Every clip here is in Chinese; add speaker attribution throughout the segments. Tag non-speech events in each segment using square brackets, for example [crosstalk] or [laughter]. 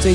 Speaker 1: 最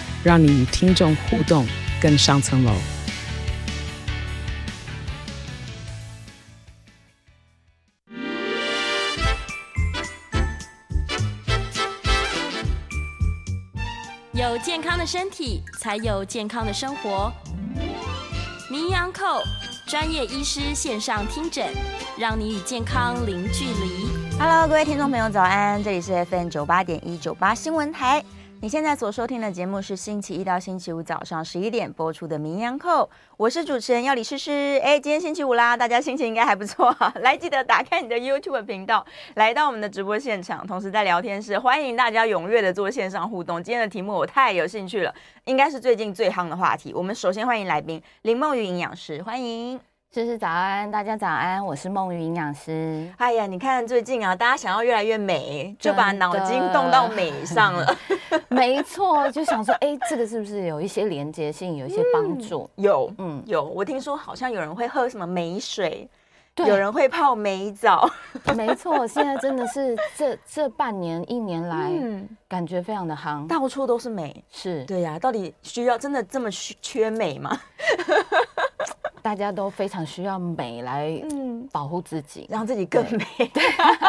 Speaker 1: 让你与听众互动更上层楼。
Speaker 2: 有健康的身体，才有健康的生活。名医安扣专业医师线上听诊，让你与健康零距离。
Speaker 3: Hello，各位听众朋友，早安！这里是 FM 九八点一九八新闻台。你现在所收听的节目是星期一到星期五早上十一点播出的《名扬扣》，我是主持人要李诗诗。哎，今天星期五啦，大家心情应该还不错、 [laughs] 啊。来，记得打开你的 YouTube 频道，来到我们的直播现场，同时在聊天室，欢迎大家踊跃的做线上互动。今天的题目我太有兴趣了，应该是最近最夯的话题。我们首先欢迎来宾林梦云营养师，欢迎。
Speaker 4: 诗诗早安，大家早安，我是梦云营养师。
Speaker 3: 哎呀，你看最近啊，大家想要越来越美，就把脑筋动到美上
Speaker 4: [laughs]
Speaker 3: 了。
Speaker 4: 没错，就想说，哎、这个是不是有一些连接性，有一些帮助？
Speaker 3: 有，嗯
Speaker 4: 嗯，
Speaker 3: 有。我听说好像有人会喝什么美水，
Speaker 4: 对
Speaker 3: 有人会泡美澡，
Speaker 4: 没错，现在真的是这 [laughs] 这半年一年来，
Speaker 3: 嗯，
Speaker 4: 感觉非常的夯。
Speaker 3: 到处都是美。
Speaker 4: 是，
Speaker 3: 对呀、到底需要真的这么缺缺美吗？
Speaker 4: 大家都非常需要美来
Speaker 3: 嗯，
Speaker 4: 保护自己。
Speaker 3: 让自己更美。 [laughs]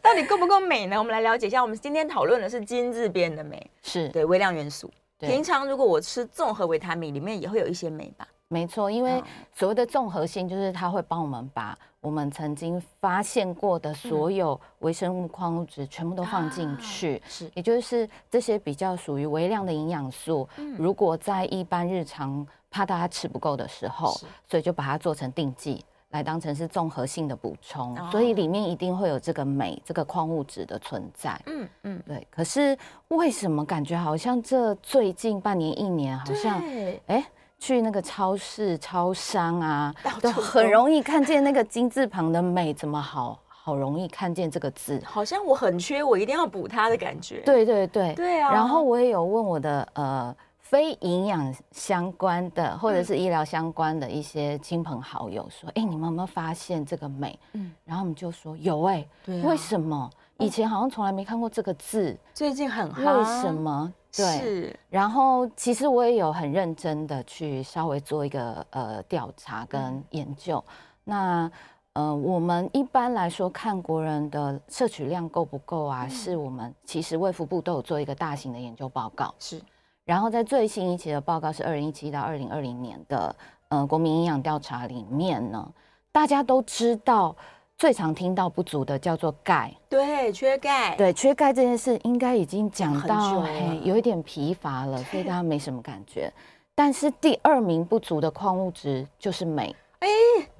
Speaker 3: 到底够不够美呢？我们来了解一下。我们今天讨论的是金字边的美，
Speaker 4: 是，
Speaker 3: 对微量元素。
Speaker 4: 对
Speaker 3: 平常如果我吃综合维他命，里面也会有一些镁吧？嗯
Speaker 4: 没错，因为所谓的综合性，就是它会帮我们把我们曾经发现过的所
Speaker 3: 嗯
Speaker 4: 有微生物矿物质全部都放进
Speaker 3: 啊
Speaker 4: 去。
Speaker 3: 是
Speaker 4: 也就是这些比较属于微量的营养素，
Speaker 3: 嗯
Speaker 4: 如果在一般日常怕大家吃不够的时候
Speaker 3: 是，
Speaker 4: 所以就把它做成定剂，来当成是综合性的补充，
Speaker 3: 哦
Speaker 4: 所以里面一定会有这个镁这个矿物质的存在。
Speaker 3: 嗯嗯，
Speaker 4: 对，可是为什么感觉好像这最近半年一年好像
Speaker 3: 对
Speaker 4: 哎？去那个超市、超商啊
Speaker 3: 到处，
Speaker 4: 都
Speaker 3: 都
Speaker 4: 很容易看见那个金字旁的“镁”，怎么好好容易看见这
Speaker 3: [laughs]
Speaker 4: 个字？
Speaker 3: 好像我很缺，我一定要补它的感觉。
Speaker 4: 对对对，
Speaker 3: 对啊，
Speaker 4: 然后我也有问我的呃非营养相关的或
Speaker 3: 嗯
Speaker 4: 者是医疗相关的一些亲朋好友说，哎、你们有没有发现这个美？
Speaker 3: 嗯
Speaker 4: 嗯，然后我们就说有哎、
Speaker 3: 对啊
Speaker 4: 为什么？以前好像从来没看过这个字，
Speaker 3: 最近很
Speaker 4: 为
Speaker 3: 夯，
Speaker 4: 什？么？对，
Speaker 3: 是
Speaker 4: 然后其实我也有很认真的去稍微做一个呃调查跟研究。那呃，我们一般来说看国人的摄取量够不够啊，是我们其实卫福部都有做一个大型的研究报告。
Speaker 3: 是，
Speaker 4: 然后在最新一期的报告是二零一七到二零二零年的呃国民营养调查里面呢，大家都知道最常听到不足的叫做钙，
Speaker 3: 对，缺钙，，
Speaker 4: 对，缺钙这件事应该已经讲
Speaker 3: 讲
Speaker 4: 到
Speaker 3: 很久了
Speaker 4: 嘿有一点疲乏了，所以大家没什么感觉。但是第二名不足的矿物质就是镁，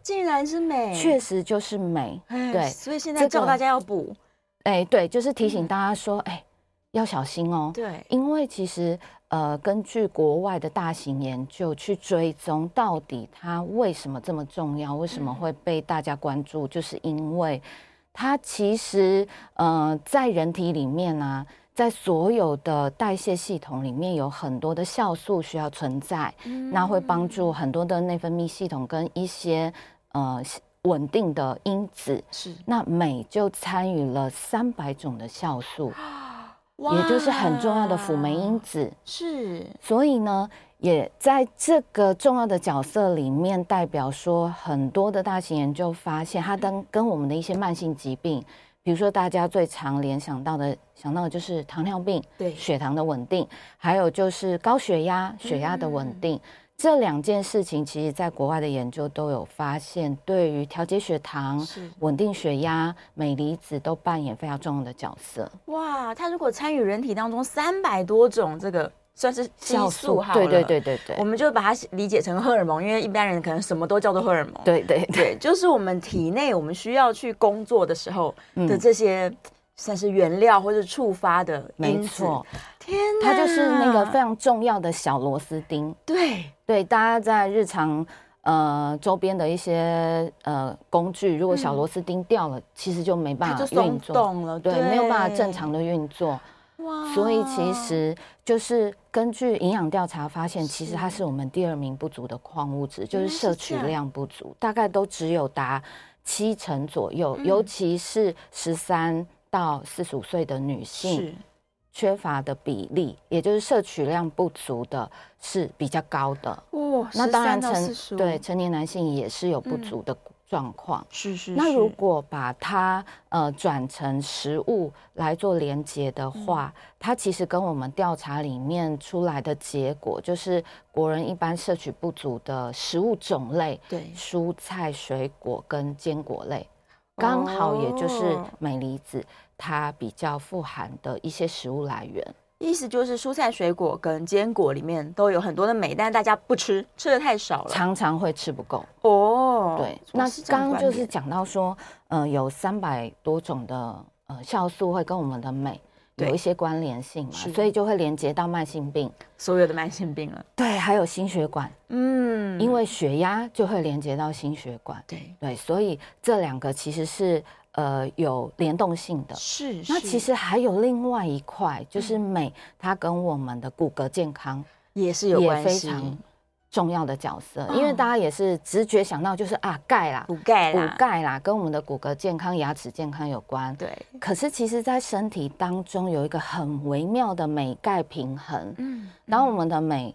Speaker 3: 竟然是镁，
Speaker 4: 确实就是镁。
Speaker 3: 哎
Speaker 4: 对
Speaker 3: 所以现
Speaker 4: 这
Speaker 3: 在
Speaker 4: 个
Speaker 3: 叫大家要补，
Speaker 4: 哎，对，就是提醒大家说，哎，要小心哦。
Speaker 3: 嗯对，
Speaker 4: 因为其实呃，根据国外的大型研究去追踪，到底它为什么这么重要，为什么会被大家关注，就是因为它其实呃，在人体里面呢、啊在所有的代谢系统里面有很多的酵素需要存在，那会帮助很多的内分泌系统跟一些呃稳定的因子。
Speaker 3: 是，
Speaker 4: 那镁就参与了三百种的酵素。也就是很重要的辅酶因
Speaker 3: 哇，
Speaker 4: 子。
Speaker 3: 是，
Speaker 4: 所以呢，也在这个重要的角色里面，代表说很多的大型研究发现，它跟跟我们的一些慢性疾病，比如说大家最常联想到的，想到的就是糖尿病、 [laughs]
Speaker 3: 对
Speaker 4: 血糖的稳定，还有就是高血压、血压的稳
Speaker 3: 嗯
Speaker 4: 定。这两件事情，其实在国外的研究都有发现，对于调节血糖
Speaker 3: 是、
Speaker 4: 稳定血压、镁离子都扮演非常重要的角色。
Speaker 3: 哇，它如果参与人体当中三百多种这个算是激素好了，
Speaker 4: 对对对对对
Speaker 3: 我，们就把它理解成荷尔蒙，因为一般人可能什么都叫做荷尔蒙，
Speaker 4: 对对对。
Speaker 3: 对，就是我们体内我们需要去工作的时候的
Speaker 4: 嗯
Speaker 3: 这些，算是原料或是触发的因
Speaker 4: 没
Speaker 3: 子
Speaker 4: 错。
Speaker 3: 天哪，
Speaker 4: 它就是那
Speaker 3: 嗯
Speaker 4: 个非常重要的小螺丝钉。
Speaker 3: 对，
Speaker 4: 对，大家在日常呃周边的一些呃工具，如果小螺丝钉掉了，其实就没
Speaker 3: 嗯
Speaker 4: 办
Speaker 3: 它就
Speaker 4: 法
Speaker 3: 松
Speaker 4: 运作，
Speaker 3: 动了，
Speaker 4: 对，没有办法正常的运作。
Speaker 3: 哇
Speaker 4: 所以其实就是根据营养调查发现，其实它是我们第二名不足的矿物质，就
Speaker 3: 原
Speaker 4: 是
Speaker 3: 来是这
Speaker 4: 摄取
Speaker 3: 样
Speaker 4: 量不足，大概都只有达七成左右，
Speaker 3: 嗯
Speaker 4: 尤其是十三到四十五岁的女性
Speaker 3: 是
Speaker 4: 缺乏的比例，也就是摄取量不足的是比较高的。
Speaker 3: 哇，
Speaker 4: 那当然
Speaker 3: 成
Speaker 4: 成对成年男性也是有不
Speaker 3: 嗯
Speaker 4: 足的状况。
Speaker 3: 是是，
Speaker 4: 那
Speaker 3: 是
Speaker 4: 如果把它呃转成食物来做连接的
Speaker 3: 嗯
Speaker 4: 话，它其实跟我们调查里面出来的结果，就是国人一般摄取不足的食物种类，
Speaker 3: 对
Speaker 4: 蔬菜、水果跟坚果类，刚好也就是
Speaker 3: 哦
Speaker 4: 镁离子它比较富含的一些食物来源。
Speaker 3: 意思就是蔬菜、水果跟坚果里面都有很多的镁，但是大家不吃，吃的太少了。
Speaker 4: 常常会吃不够，
Speaker 3: 哦，
Speaker 4: 对。
Speaker 3: 我
Speaker 4: 那
Speaker 3: 是这样
Speaker 4: 刚刚
Speaker 3: 观
Speaker 4: 就是
Speaker 3: 点
Speaker 4: 讲到说，呃，有三百多种的呃酵素会跟我们的镁
Speaker 3: 对
Speaker 4: 有一些关联性嘛
Speaker 3: 是，
Speaker 4: 所以就会连接到慢性病，
Speaker 3: 所有的慢性病了。
Speaker 4: 对，还有心血管，
Speaker 3: 嗯
Speaker 4: 因为血压就会连接到心血管，
Speaker 3: 对
Speaker 4: 对，所以这两个其实是呃有联动性的。
Speaker 3: 是，
Speaker 4: 那
Speaker 3: 是
Speaker 4: 其实还有另外一块，就是镁，它跟我们的骨骼健康
Speaker 3: 也是有
Speaker 4: 也
Speaker 3: 关
Speaker 4: 非
Speaker 3: 系，
Speaker 4: 常重要的角色，
Speaker 3: 嗯
Speaker 4: 因为大家也是直觉想到就是啊钙啦，
Speaker 3: 补钙
Speaker 4: 骨
Speaker 3: 啦，
Speaker 4: 钙啦，跟我们的骨骼健康、牙齿健康有关。
Speaker 3: 对，
Speaker 4: 可是其实，在身体当中有一个很微妙的镁钙平衡。
Speaker 3: 嗯，
Speaker 4: 当我们的镁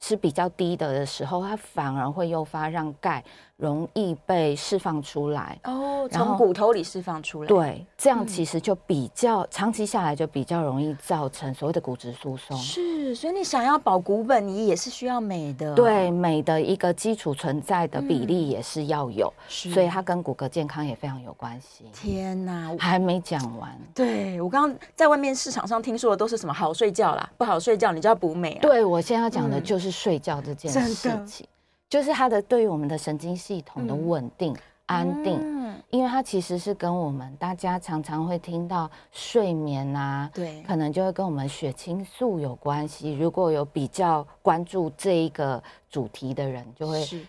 Speaker 4: 是比较低的的时候，它反而会诱发让钙容易被释放出来。
Speaker 3: 哦，
Speaker 4: 然
Speaker 3: 从
Speaker 4: 后
Speaker 3: 骨头里释放出来，，
Speaker 4: 对，这样
Speaker 3: 嗯
Speaker 4: 其实就比较长期下来就比较容易造成所谓的骨质疏松。
Speaker 3: 是，所以你想要保骨本，你也是需要镁的，嗯
Speaker 4: 对，镁的一个基础存在的比例也是要有，
Speaker 3: 是，
Speaker 4: 所以它跟骨骼健康也非常有关系。
Speaker 3: 天哪，我
Speaker 4: 还没讲完，
Speaker 3: 对我刚刚在外面市场上听说的都是什么好睡觉啦，不好睡觉你就要补镁啊，，
Speaker 4: 对我现在要讲的
Speaker 3: 嗯
Speaker 4: 就是睡觉这件
Speaker 3: 真的
Speaker 4: 事情，就是它的对于我们的神经系统的
Speaker 3: 嗯
Speaker 4: 稳定、安定，
Speaker 3: 嗯，
Speaker 4: 因为它其实是跟我们大家常常会听到睡眠啊，
Speaker 3: 对，
Speaker 4: 可能就会跟我们血清素有关系。如果有比较关注这一个主题的人，就会
Speaker 3: 是，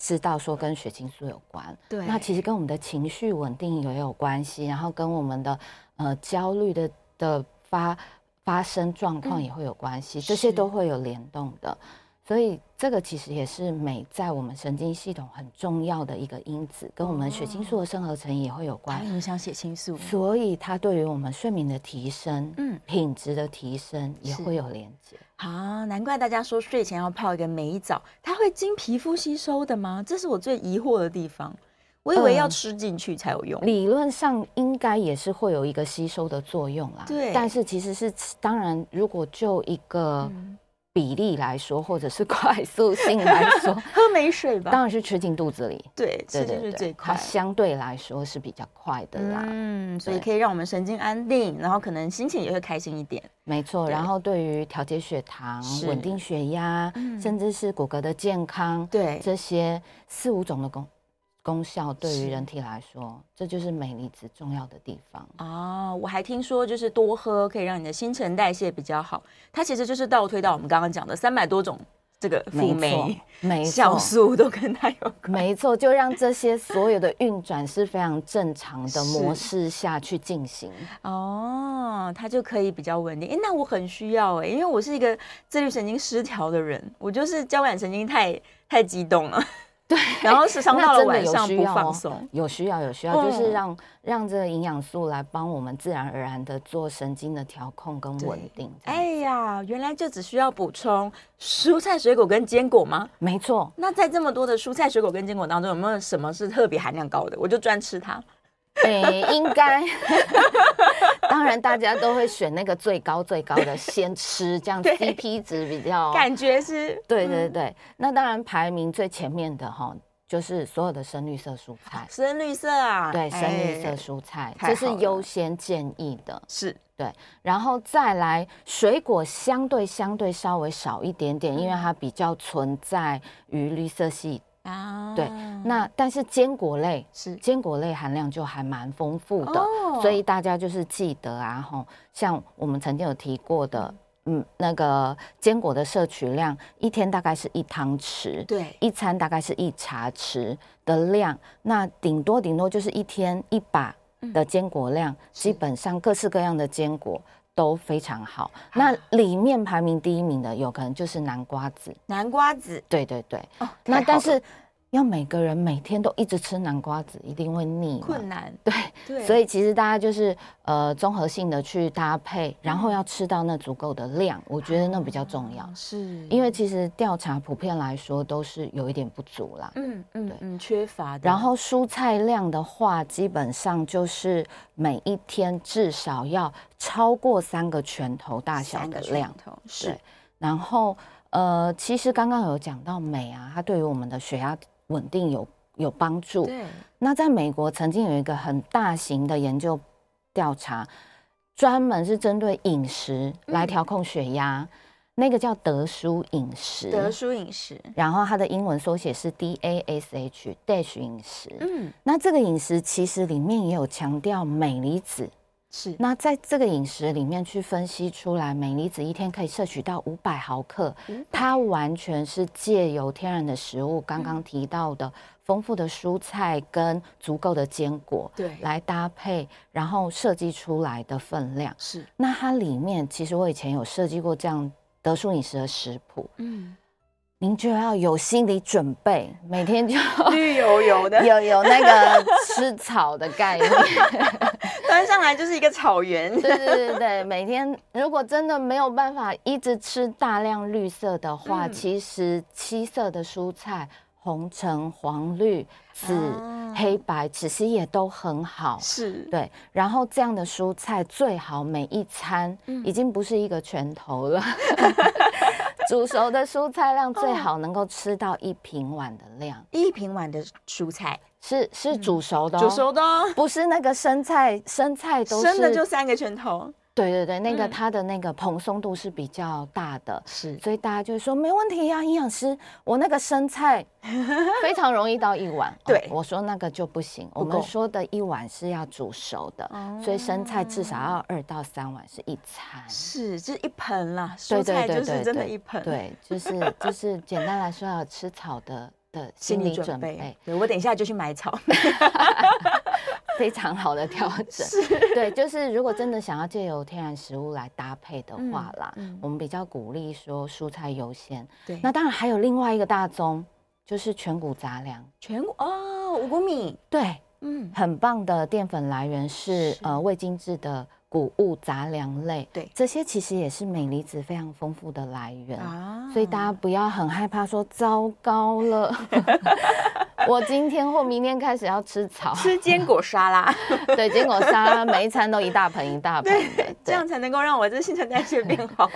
Speaker 4: 知道说跟血清素有关。
Speaker 3: 对，
Speaker 4: 那其实跟我们的情绪稳定也有关系，然后跟我们的呃焦虑的的发发生状况
Speaker 3: 嗯
Speaker 4: 也会有关系，这些
Speaker 3: 是
Speaker 4: 都会有联动的。所以这个其实也是美在我们神经系统很重要的一个因子，跟我们血清素的生合成也会有
Speaker 3: 它
Speaker 4: 关
Speaker 3: 会。影响血清素，
Speaker 4: 所以它对于我们睡眠的提升、
Speaker 3: 嗯
Speaker 4: 品质的提升也
Speaker 3: 是
Speaker 4: 会有连接。
Speaker 3: 啊，难怪大家说睡前要泡一个美澡，它会经皮肤吸收的吗？这是我最疑惑的地方。我以为要
Speaker 4: 嗯
Speaker 3: 吃进去才有用。
Speaker 4: 理论上应该也是会有一个吸收的作用啦。
Speaker 3: 对
Speaker 4: 但是其实是当然，如果就一个
Speaker 3: 嗯
Speaker 4: 比例来说，或者是快速性来说，
Speaker 3: [laughs] 喝美水吧
Speaker 4: 当，然是吃进肚子里。
Speaker 3: 对，吃
Speaker 4: 对
Speaker 3: 进去
Speaker 4: 对
Speaker 3: 最
Speaker 4: 对，它
Speaker 3: 快。
Speaker 4: 相对来说是比较快的啦，
Speaker 3: 嗯，所以
Speaker 4: 对
Speaker 3: 可以让我们神经安定，然后可能心情也会开心一点。
Speaker 4: 没错。
Speaker 3: 对
Speaker 4: 然后对于调节血糖
Speaker 3: 是、
Speaker 4: 稳定血压，
Speaker 3: 嗯
Speaker 4: 甚至是骨骼的健康，
Speaker 3: 对，
Speaker 4: 这些四五种的功功效，对
Speaker 3: 是
Speaker 4: 于人体来说，这就是镁离子重要的地方。
Speaker 3: 哦，我还听说就是多喝可以让你的新陈代谢比较好，它其实就是倒推到我们刚刚讲的三百多种这个辅
Speaker 4: 没错
Speaker 3: 酶，
Speaker 4: 没
Speaker 3: 酵
Speaker 4: 错。
Speaker 3: 素都跟它有关。
Speaker 4: [laughs] 没错，就让这些所有的运转是非常正常的模式下去进行。
Speaker 3: 哦，它就可以比较稳定。诶，那我很需要诶，因为我是一个自律神经失调的人，我就是交感神经太太激动了，对， [laughs] 然后时常到了晚上不放松，
Speaker 4: 哦
Speaker 3: 嗯
Speaker 4: 有需要，有需要，就是让让这个营养素来帮我们自然而然的做神经的调控跟稳定。
Speaker 3: 哎
Speaker 4: 哎，
Speaker 3: 呀，原来就只需要补充蔬菜、水果跟坚果吗？
Speaker 4: 没错，
Speaker 3: 那在这么多的蔬菜、水果跟坚果当中，有没有什么是特别含量高的？我就专吃它。
Speaker 4: 哎，应该。 [laughs] 当然，大家都会选那个最高最高的先吃，这样
Speaker 3: 对嗯
Speaker 4: CP 值比较
Speaker 3: 感觉是
Speaker 4: 对对对，那当然排名最前面的哈，就是所有的深绿色蔬菜。
Speaker 3: 深绿色啊，
Speaker 4: 对，深绿色
Speaker 3: 哎
Speaker 4: 蔬菜，
Speaker 3: 太
Speaker 4: 这
Speaker 3: 好
Speaker 4: 是
Speaker 3: 了
Speaker 4: 优先建议的。
Speaker 3: 是
Speaker 4: 然后再来，水果相对相对稍微少一点点，
Speaker 3: 嗯
Speaker 4: 因为它比较存在于绿色系。
Speaker 3: 啊，
Speaker 4: 对那但是坚果类，
Speaker 3: 是
Speaker 4: 坚果类含量就还蛮丰富的，
Speaker 3: 哦
Speaker 4: 所以大家就是记得啊，吼，像我们曾经有提过的。嗯那个坚果的摄取量，一天大概是一汤匙，
Speaker 3: 对，
Speaker 4: 一餐大概是一茶匙的量，那顶多顶多就是一天一把
Speaker 3: 嗯
Speaker 4: 的坚果量，基本上各式各样的坚果都非常好。那里面排名第一名的，有可能就是南瓜子，
Speaker 3: 南瓜子
Speaker 4: 对对对。
Speaker 3: 哦，
Speaker 4: 那
Speaker 3: 太
Speaker 4: 但
Speaker 3: 好了
Speaker 4: 是要每个人每天都一直吃南瓜子，一定会腻嘛，
Speaker 3: 困难，
Speaker 4: 对。
Speaker 3: 对，
Speaker 4: 所以其实大家就是呃综合性的去搭配，然
Speaker 3: 嗯
Speaker 4: 后要吃到那足够的量，我觉得那比较重要。
Speaker 3: 啊是
Speaker 4: 因为其实调查普遍来说都是有一点不足啦。
Speaker 3: 嗯嗯
Speaker 4: 对
Speaker 3: 嗯缺乏的，
Speaker 4: 然后蔬菜量的话，基本上就是每一天至少要超过三个拳头大小
Speaker 3: 三
Speaker 4: 的
Speaker 3: 个
Speaker 4: 量
Speaker 3: 拳。头是
Speaker 4: 对然后呃，其实刚刚有讲到镁啊，它对于我们的血压稳定有有帮助。
Speaker 3: 对
Speaker 4: 那在美国曾经有一个很大型的研究调查，专门是针对饮食来
Speaker 3: 嗯
Speaker 4: 调控血压，那个叫德叔饮食。
Speaker 3: 德叔饮食，
Speaker 4: 然后它的英文缩写是 DASH DASH 饮食。
Speaker 3: 嗯
Speaker 4: 那这个饮食其实里面也有强调镁离子。
Speaker 3: 是
Speaker 4: 那在这个饮食里面去分析出来，镁离子一天可以摄取到五百毫克，它完全是借由天然的食物，刚刚提到的丰富的蔬菜跟足够的坚果
Speaker 3: 对
Speaker 4: 来搭配，然后设计出来的分量。
Speaker 3: 是
Speaker 4: 那它里面其实我以前有设计过这样德叔饮食的食谱，
Speaker 3: 嗯
Speaker 4: 您就要有心理准备，每天就 [laughs]
Speaker 3: 绿油油的，
Speaker 4: 有有那个吃草的概念。 [laughs]
Speaker 3: 端上来就是一个草原，
Speaker 4: 对对对对，每天如果真的没有办法一直吃大量绿色的话，
Speaker 3: 嗯
Speaker 4: 其实七色的蔬菜，红橙黄绿紫、
Speaker 3: 啊
Speaker 4: 黑白，其实也都很好。
Speaker 3: 是
Speaker 4: 对，然后这样的蔬菜最好每一餐
Speaker 3: 嗯
Speaker 4: 已经不是一个拳头了， [laughs] 煮熟的蔬菜量
Speaker 3: 哦
Speaker 4: 最好能够吃到一平碗的量，
Speaker 3: 一平碗的蔬菜，
Speaker 4: 是是
Speaker 3: 嗯
Speaker 4: 煮熟的、哦，
Speaker 3: 煮熟的哦，
Speaker 4: 不是那个生菜，生菜都是
Speaker 3: 生的就三个拳头，
Speaker 4: 对对对，那个
Speaker 3: 嗯
Speaker 4: 它的那个蓬松度是比较大的。
Speaker 3: 是
Speaker 4: 所以大家就会说没问题呀、营养师，我那个
Speaker 3: [laughs]
Speaker 4: 生菜非常容易到一碗。哦
Speaker 3: 对
Speaker 4: 我说那个就不行，
Speaker 3: 不
Speaker 4: 我
Speaker 3: 够哦
Speaker 4: 们说的一碗是要煮熟的，所以生菜至少要二到三碗是一餐。
Speaker 3: 是，就是一盆啦，蔬
Speaker 4: 对
Speaker 3: 菜
Speaker 4: 对
Speaker 3: 就
Speaker 4: 对
Speaker 3: 是
Speaker 4: 对
Speaker 3: 真的一盆，，
Speaker 4: 对，就是就是简单来说，要有吃草的的
Speaker 3: 心
Speaker 4: 心
Speaker 3: 理
Speaker 4: 理
Speaker 3: 准
Speaker 4: 准
Speaker 3: 备
Speaker 4: 备，，
Speaker 3: 对我等一下就去买草，
Speaker 4: [laughs] 非常好的调整。 [laughs] 对，就是如果真的想要借由天然食物来搭配的话啦，
Speaker 3: 嗯嗯
Speaker 4: 我们比较鼓励说蔬菜优先。
Speaker 3: [laughs] 对，
Speaker 4: 那当然还有另外一个大宗，就是全谷杂粮。
Speaker 3: 全谷哦五谷米，
Speaker 4: 对，
Speaker 3: 嗯
Speaker 4: 很棒的淀粉来源是
Speaker 3: 是
Speaker 4: 呃未精制的谷物杂粮类，
Speaker 3: 对
Speaker 4: 这些其实也是镁离子非常丰富的来源。
Speaker 3: 啊
Speaker 4: 所以大家不要很害怕说糟糕了， [laughs] 我今天或明天开始要吃
Speaker 3: [laughs]
Speaker 4: 草，
Speaker 3: 吃坚果沙拉， [laughs]
Speaker 4: 对，坚果沙拉每一餐都一大盆一大盆的， [laughs] 对
Speaker 3: 这样才能够让我这新陈代谢变好，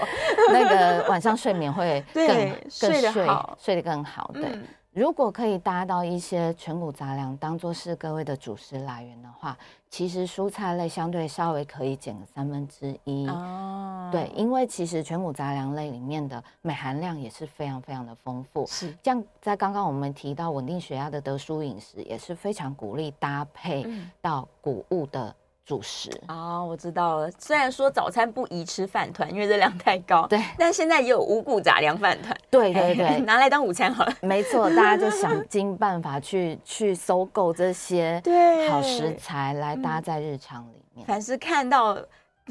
Speaker 4: 那个晚上睡眠会
Speaker 3: [laughs]
Speaker 4: 更
Speaker 3: 对
Speaker 4: 更
Speaker 3: 睡得好
Speaker 4: 睡得更好。 [laughs] 对，
Speaker 3: 嗯
Speaker 4: 如果可以搭到一些全谷杂粮当做是各位的主食来源的话，其实蔬菜类相对稍微可以减个三分之一。
Speaker 3: 哦
Speaker 4: 嗯对，因为其实全谷杂粮类里面的镁含量也是非常非常的丰富。
Speaker 3: 是
Speaker 4: 像在刚刚我们提到稳定血压的德叔饮食，也是非常鼓励搭配
Speaker 3: 嗯
Speaker 4: 到谷物的主食。
Speaker 3: 哦，我知道了。虽然说早餐不宜吃饭团，因为热量太高，
Speaker 4: 对
Speaker 3: 但现在也有五谷杂粮饭团，
Speaker 4: 对对对，
Speaker 3: [laughs] 拿来当午餐好了。
Speaker 4: [laughs] 没错，大家就
Speaker 3: [laughs]
Speaker 4: 想尽办法去去搜购这些
Speaker 3: 对嗯
Speaker 4: 好食材来搭在日常里面。
Speaker 3: 凡是看到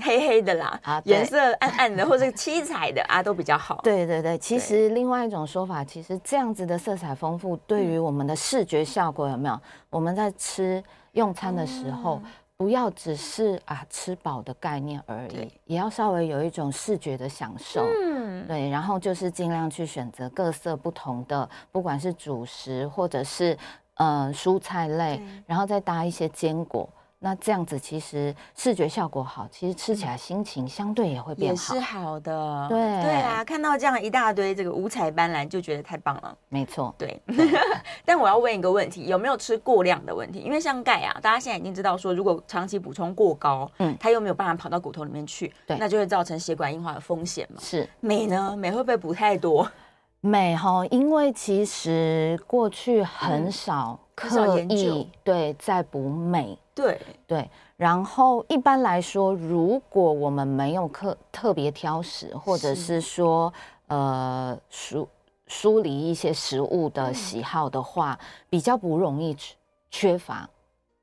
Speaker 3: 黑黑的啦，
Speaker 4: 啊对
Speaker 3: 颜色暗暗的或者七彩的啊，都比较好。
Speaker 4: 对对对，其实另外一种说法，其实这样子的色彩丰富，对
Speaker 3: 嗯
Speaker 4: 于我们的视觉效果有没有？我们在吃用餐的时候，
Speaker 3: 哦
Speaker 4: 不要只是啊吃饱的概念而已
Speaker 3: 对，
Speaker 4: 也要稍微有一种视觉的享受。
Speaker 3: 嗯，
Speaker 4: 对，然后就是尽量去选择各色不同的，不管是主食或者是呃蔬菜类
Speaker 3: 对，
Speaker 4: 然后再搭一些坚果。那这样子其实视觉效果好，其实吃起来心情相对也会
Speaker 3: 嗯也
Speaker 4: 变好
Speaker 3: 是。好的。
Speaker 4: 对
Speaker 3: 对啊，看到这样一大堆这个五彩斑斓，就觉得太棒了。
Speaker 4: 没错，
Speaker 3: 对， [laughs] 但我要问一个问题，有没有吃过量的问题？因为像钙啊，大家现在已经知道说，如果长期补充过高，嗯
Speaker 4: 嗯，
Speaker 3: 它又没有办法跑到骨头里面去，
Speaker 4: 对
Speaker 3: 那就会造成血管硬化的风险嘛。
Speaker 4: 是
Speaker 3: 镁呢，镁会不会补太多？
Speaker 4: 美哈，因为其实过去很少
Speaker 3: 嗯很少
Speaker 4: 刻
Speaker 3: 研究
Speaker 4: 意对在补美，
Speaker 3: 对，
Speaker 4: 对，然后一般来说，如果我们没有特特别挑食，或者
Speaker 3: 是
Speaker 4: 是说呃梳梳理一些食物
Speaker 3: 嗯
Speaker 4: 的喜好的话，比较不容易缺缺乏，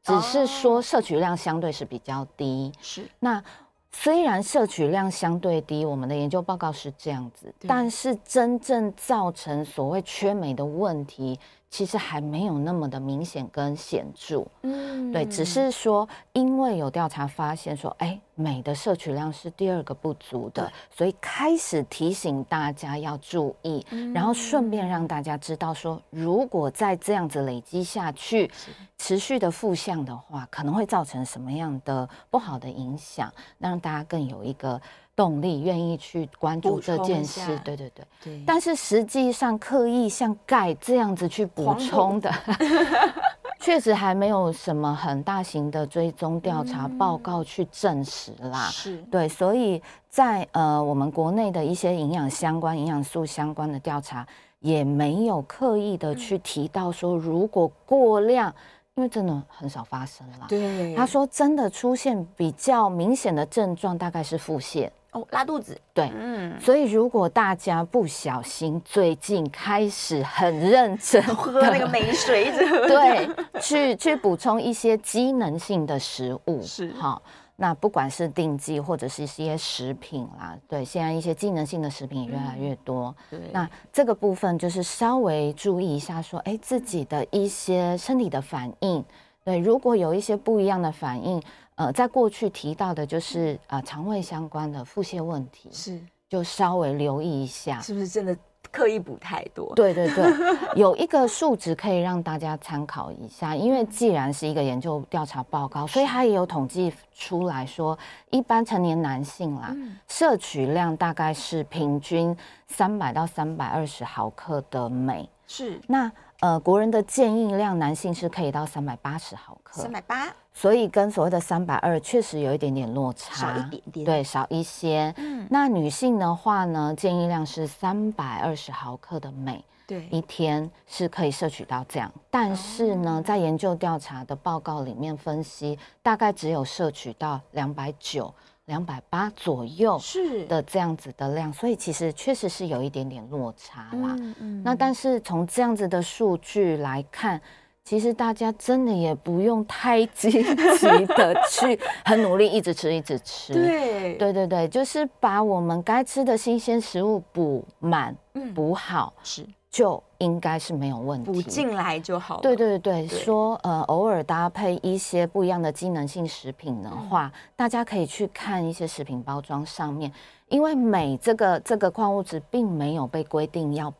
Speaker 4: 只是
Speaker 3: 哦
Speaker 4: 说摄取量相对是比较低。
Speaker 3: 是
Speaker 4: 那虽然摄取量相对低，我们的研究报告是这样子，
Speaker 3: 对
Speaker 4: 但是真正造成所谓缺镁的问题，其实还没有那么的明显跟显著。
Speaker 3: 嗯
Speaker 4: 对，只是说，因为有调查发现说，哎，镁的摄取量是第二个不足的
Speaker 3: 对，
Speaker 4: 所以开始提醒大家要注意，
Speaker 3: 嗯
Speaker 4: 然后顺便让大家知道说，如果再这样子累积下去，持续的负向的话，可能会造成什么样的不好的影响，让大家更有一个动力，愿意去关
Speaker 3: 补
Speaker 4: 注这
Speaker 3: 充一
Speaker 4: 件
Speaker 3: 下
Speaker 4: 事。对对对。
Speaker 3: 对
Speaker 4: 但是实际上，刻意像钙这样子去补
Speaker 3: 狂补
Speaker 4: 充的， [laughs] 确实还没有什么很大型的追踪调查报告去证实啦。
Speaker 3: 是
Speaker 4: 对，所以在呃我们国内的一些营养相关、营养素相关的调查，也没有刻意的
Speaker 3: 嗯
Speaker 4: 去提到说，如果过量，因为真的很少发生啦。
Speaker 3: 对，
Speaker 4: 他说真的出现比较明显的症状，大概是腹泻。
Speaker 3: 哦拉肚子，
Speaker 4: 对，
Speaker 3: 嗯，
Speaker 4: 所以，如果大家不小心最近开始很认真
Speaker 3: [laughs] [laughs] 喝那个美水，
Speaker 4: [laughs]
Speaker 3: [laughs]
Speaker 4: 对，去去补充一些机能性的食物，
Speaker 3: 是
Speaker 4: 好。那不管是定剂或者是一些食品啦，对，现在一些机能性的食品也越来
Speaker 3: 嗯
Speaker 4: 越多。
Speaker 3: 对，
Speaker 4: 那这个部分就是稍微注意一下说，哎自己的一些身体的反应。对，如果有一些不一样的反应，呃，在过去提到的就是啊、呃肠胃相关的腹泻问题，
Speaker 3: 是
Speaker 4: 就稍微留意一下。
Speaker 3: 是不是真的刻意补太多？
Speaker 4: 对对对，有一个数值可以让大家参考一下，因为既然是一个研究调查报告，所以它也有统计出来说，一般成年男性啦，
Speaker 3: 嗯
Speaker 4: 摄取量大概是平均三百到三百二十毫克的镁。
Speaker 3: 是
Speaker 4: 那呃，国人的建议量，男性是可以到三百八十毫克，
Speaker 3: 三百八，
Speaker 4: 所以跟所谓的三百二确实有一点点落差，
Speaker 3: 少一点点
Speaker 4: 对，少一些。
Speaker 3: 嗯
Speaker 4: 那女性的话呢，建议量是三百二十毫克的镁。
Speaker 3: 对
Speaker 4: 一天是可以摄取到这样，但是
Speaker 3: 哦
Speaker 4: 呢，在研究调查的报告里面分析，大概只有摄取到两百九、两百八左右
Speaker 3: 是
Speaker 4: 的这样子的量，所以其实确实是有一点点落差啦。
Speaker 3: 嗯嗯
Speaker 4: 那但是从这样子的数据来看，其实大家真的也不用太 [laughs] 积极的去很努力一直吃一直吃。
Speaker 3: 对
Speaker 4: 对对对，就是把我们该吃的新鲜食物补满
Speaker 3: 嗯
Speaker 4: 补好，
Speaker 3: 是
Speaker 4: 就应该是没有问题。
Speaker 3: 补进来就好了，
Speaker 4: 对对对，
Speaker 3: 对
Speaker 4: 说呃偶尔搭配一些不一样的机能性食品的
Speaker 3: 嗯
Speaker 4: 话，大家可以去看一些食品包装上面，因为镁这个这个矿物质并没有被规定要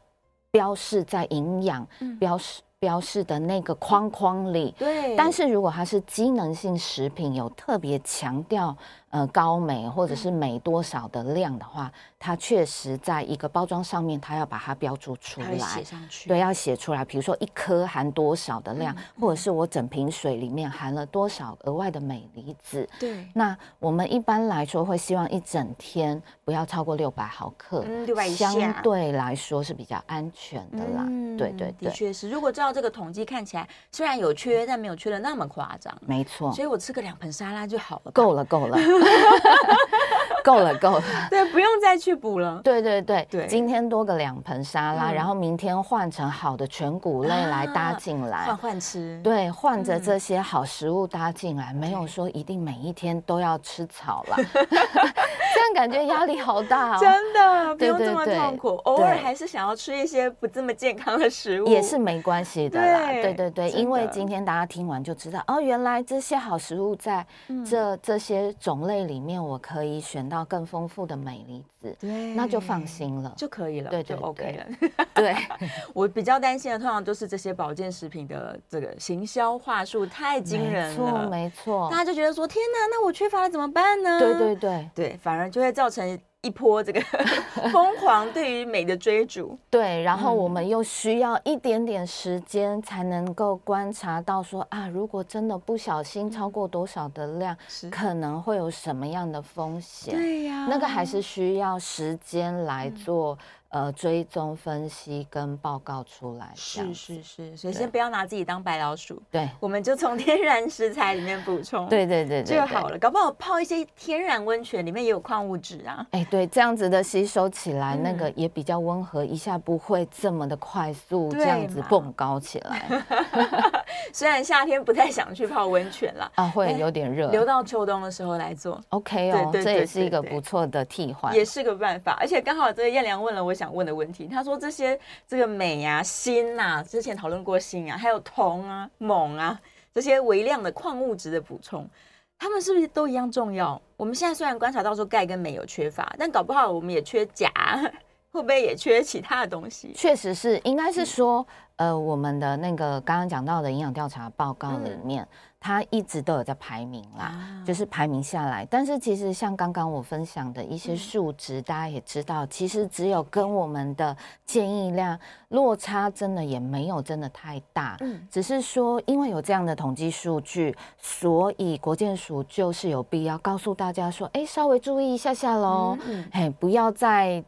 Speaker 4: 标示在营养、
Speaker 3: 嗯
Speaker 4: 标示标示的那个框框里。
Speaker 3: 对，
Speaker 4: 但是如果它是机能性食品，有特别强调呃高镁或者是镁多少的量的话，它确实在一个包装上面，它要把它标注出
Speaker 3: 它
Speaker 4: 来
Speaker 3: 会。写上去，
Speaker 4: 对，要写出来，比如说一颗含多少的
Speaker 3: 嗯
Speaker 4: 量，或者是我整瓶水里面含了多少额外的镁离子。
Speaker 3: 对，
Speaker 4: 那我们一般来说会希望一整天不要超过六百毫克，
Speaker 3: 嗯600以下
Speaker 4: 相对来说是比较安全的啦。对对
Speaker 3: 嗯的
Speaker 4: 对，
Speaker 3: 确是。如果照这个统计看起来，虽然有缺，但没有缺的那么夸张，
Speaker 4: 没错
Speaker 3: 所，以我吃个两盆沙拉就好了，
Speaker 4: 哦够
Speaker 3: 了，
Speaker 4: 了够了，
Speaker 3: [laughs]
Speaker 4: 够了够了。
Speaker 3: 对，不用再去补了。
Speaker 4: 对对对，
Speaker 3: 对
Speaker 4: 今天多个两盆沙拉，
Speaker 3: 嗯
Speaker 4: 然后明天换成好的全谷类来搭
Speaker 3: 啊
Speaker 4: 进来，
Speaker 3: 换换吃，
Speaker 4: 对，换着
Speaker 3: 嗯
Speaker 4: 这些好食物搭进来，没有说一定每一天都要吃草
Speaker 3: [laughs]
Speaker 4: 啦， [laughs] 这样感觉压力好大哦。
Speaker 3: 真的不
Speaker 4: 对
Speaker 3: 用
Speaker 4: 对
Speaker 3: 这么
Speaker 4: 对
Speaker 3: 痛苦，偶尔
Speaker 4: 对
Speaker 3: 还是想要吃一些不这么健康的食物，
Speaker 4: 也是没关系的啦，
Speaker 3: 对
Speaker 4: 对对对，
Speaker 3: 真
Speaker 4: 因为
Speaker 3: 的
Speaker 4: 今天大家听完就知道，哦，原来这些好食物在
Speaker 3: 嗯
Speaker 4: 这、这些种类里面，我可以选到更丰富的镁离子，
Speaker 3: 对，
Speaker 4: 那就放心了。
Speaker 3: 就可以了，
Speaker 4: 对
Speaker 3: 就
Speaker 4: 对
Speaker 3: OK 了。
Speaker 4: 对，
Speaker 3: [laughs] 我比较担心的，通常都是这些保健食品的这个行销话术太惊人
Speaker 4: 没错
Speaker 3: 了，
Speaker 4: 没错
Speaker 3: 大，家就觉得说天哪，那我缺乏了怎么办呢？
Speaker 4: 对对对
Speaker 3: 对，反而就会造成一波
Speaker 4: [laughs]
Speaker 3: 这个疯狂对于美的追逐。
Speaker 4: 对，然后
Speaker 3: 嗯
Speaker 4: 我们又需要一点点时间才能够观察到说啊，如果真的不小心超过多少的量，
Speaker 3: 是
Speaker 4: 可能会有什么样的风险。
Speaker 3: 对呀啊嗯
Speaker 4: 那个还是需要时间来做、呃追踪、分析跟报告出来这样
Speaker 3: 是是
Speaker 4: 子。
Speaker 3: 是，所以
Speaker 4: 对
Speaker 3: 先不要拿自己当白老鼠，
Speaker 4: 对
Speaker 3: 我们就从天然食材里面补充，
Speaker 4: 对对对对，
Speaker 3: 就好
Speaker 4: 对。
Speaker 3: 了。搞不好泡一些天然温泉，里面也有矿物质啊。
Speaker 4: 哎，对，这样子的吸收起来，那个
Speaker 3: 嗯
Speaker 4: 也比较温和，一下不会这么的快速，
Speaker 3: 对
Speaker 4: 这样子
Speaker 3: 嘛
Speaker 4: 蹦高起来
Speaker 3: 虽然夏天不太想去泡温泉啦，
Speaker 4: 啊，会
Speaker 3: 哎
Speaker 4: 有点热。
Speaker 3: 留到秋冬的时候来做。
Speaker 4: OK 哦，
Speaker 3: 对对
Speaker 4: 这
Speaker 3: 对
Speaker 4: 也是
Speaker 3: 对
Speaker 4: 一个
Speaker 3: 对
Speaker 4: 不错的替换。
Speaker 3: 也是个办法，而且刚好这个燕良问了我想问的问题，他说这些这个镁啊、锌呐、之前讨论过锌啊，还有铜啊、锰啊这些微量的矿物质的补充，它们是不是都一样重要？我们现在虽然观察到说钙跟镁有缺乏，但搞不好我们也缺钾， [laughs] 会不会也缺其他的东西？
Speaker 4: 确实是，
Speaker 3: 嗯
Speaker 4: 应该是说，呃，我们的那个刚刚讲到的营养调查报告里
Speaker 3: 嗯
Speaker 4: 面，它一直都有在排名啦，
Speaker 3: 啊
Speaker 4: 就是排名下来。但是其实像刚刚我分享的一
Speaker 3: 嗯
Speaker 4: 些数值，大家也知道，其实只有跟我们的建议量落差真的也没有真的太大。
Speaker 3: 嗯
Speaker 4: 只是说，因为有这样的统计数据，所以国健署就是有必要告诉大家说，哎，稍微注意一下下喽，
Speaker 3: 嗯
Speaker 4: 哎，不要再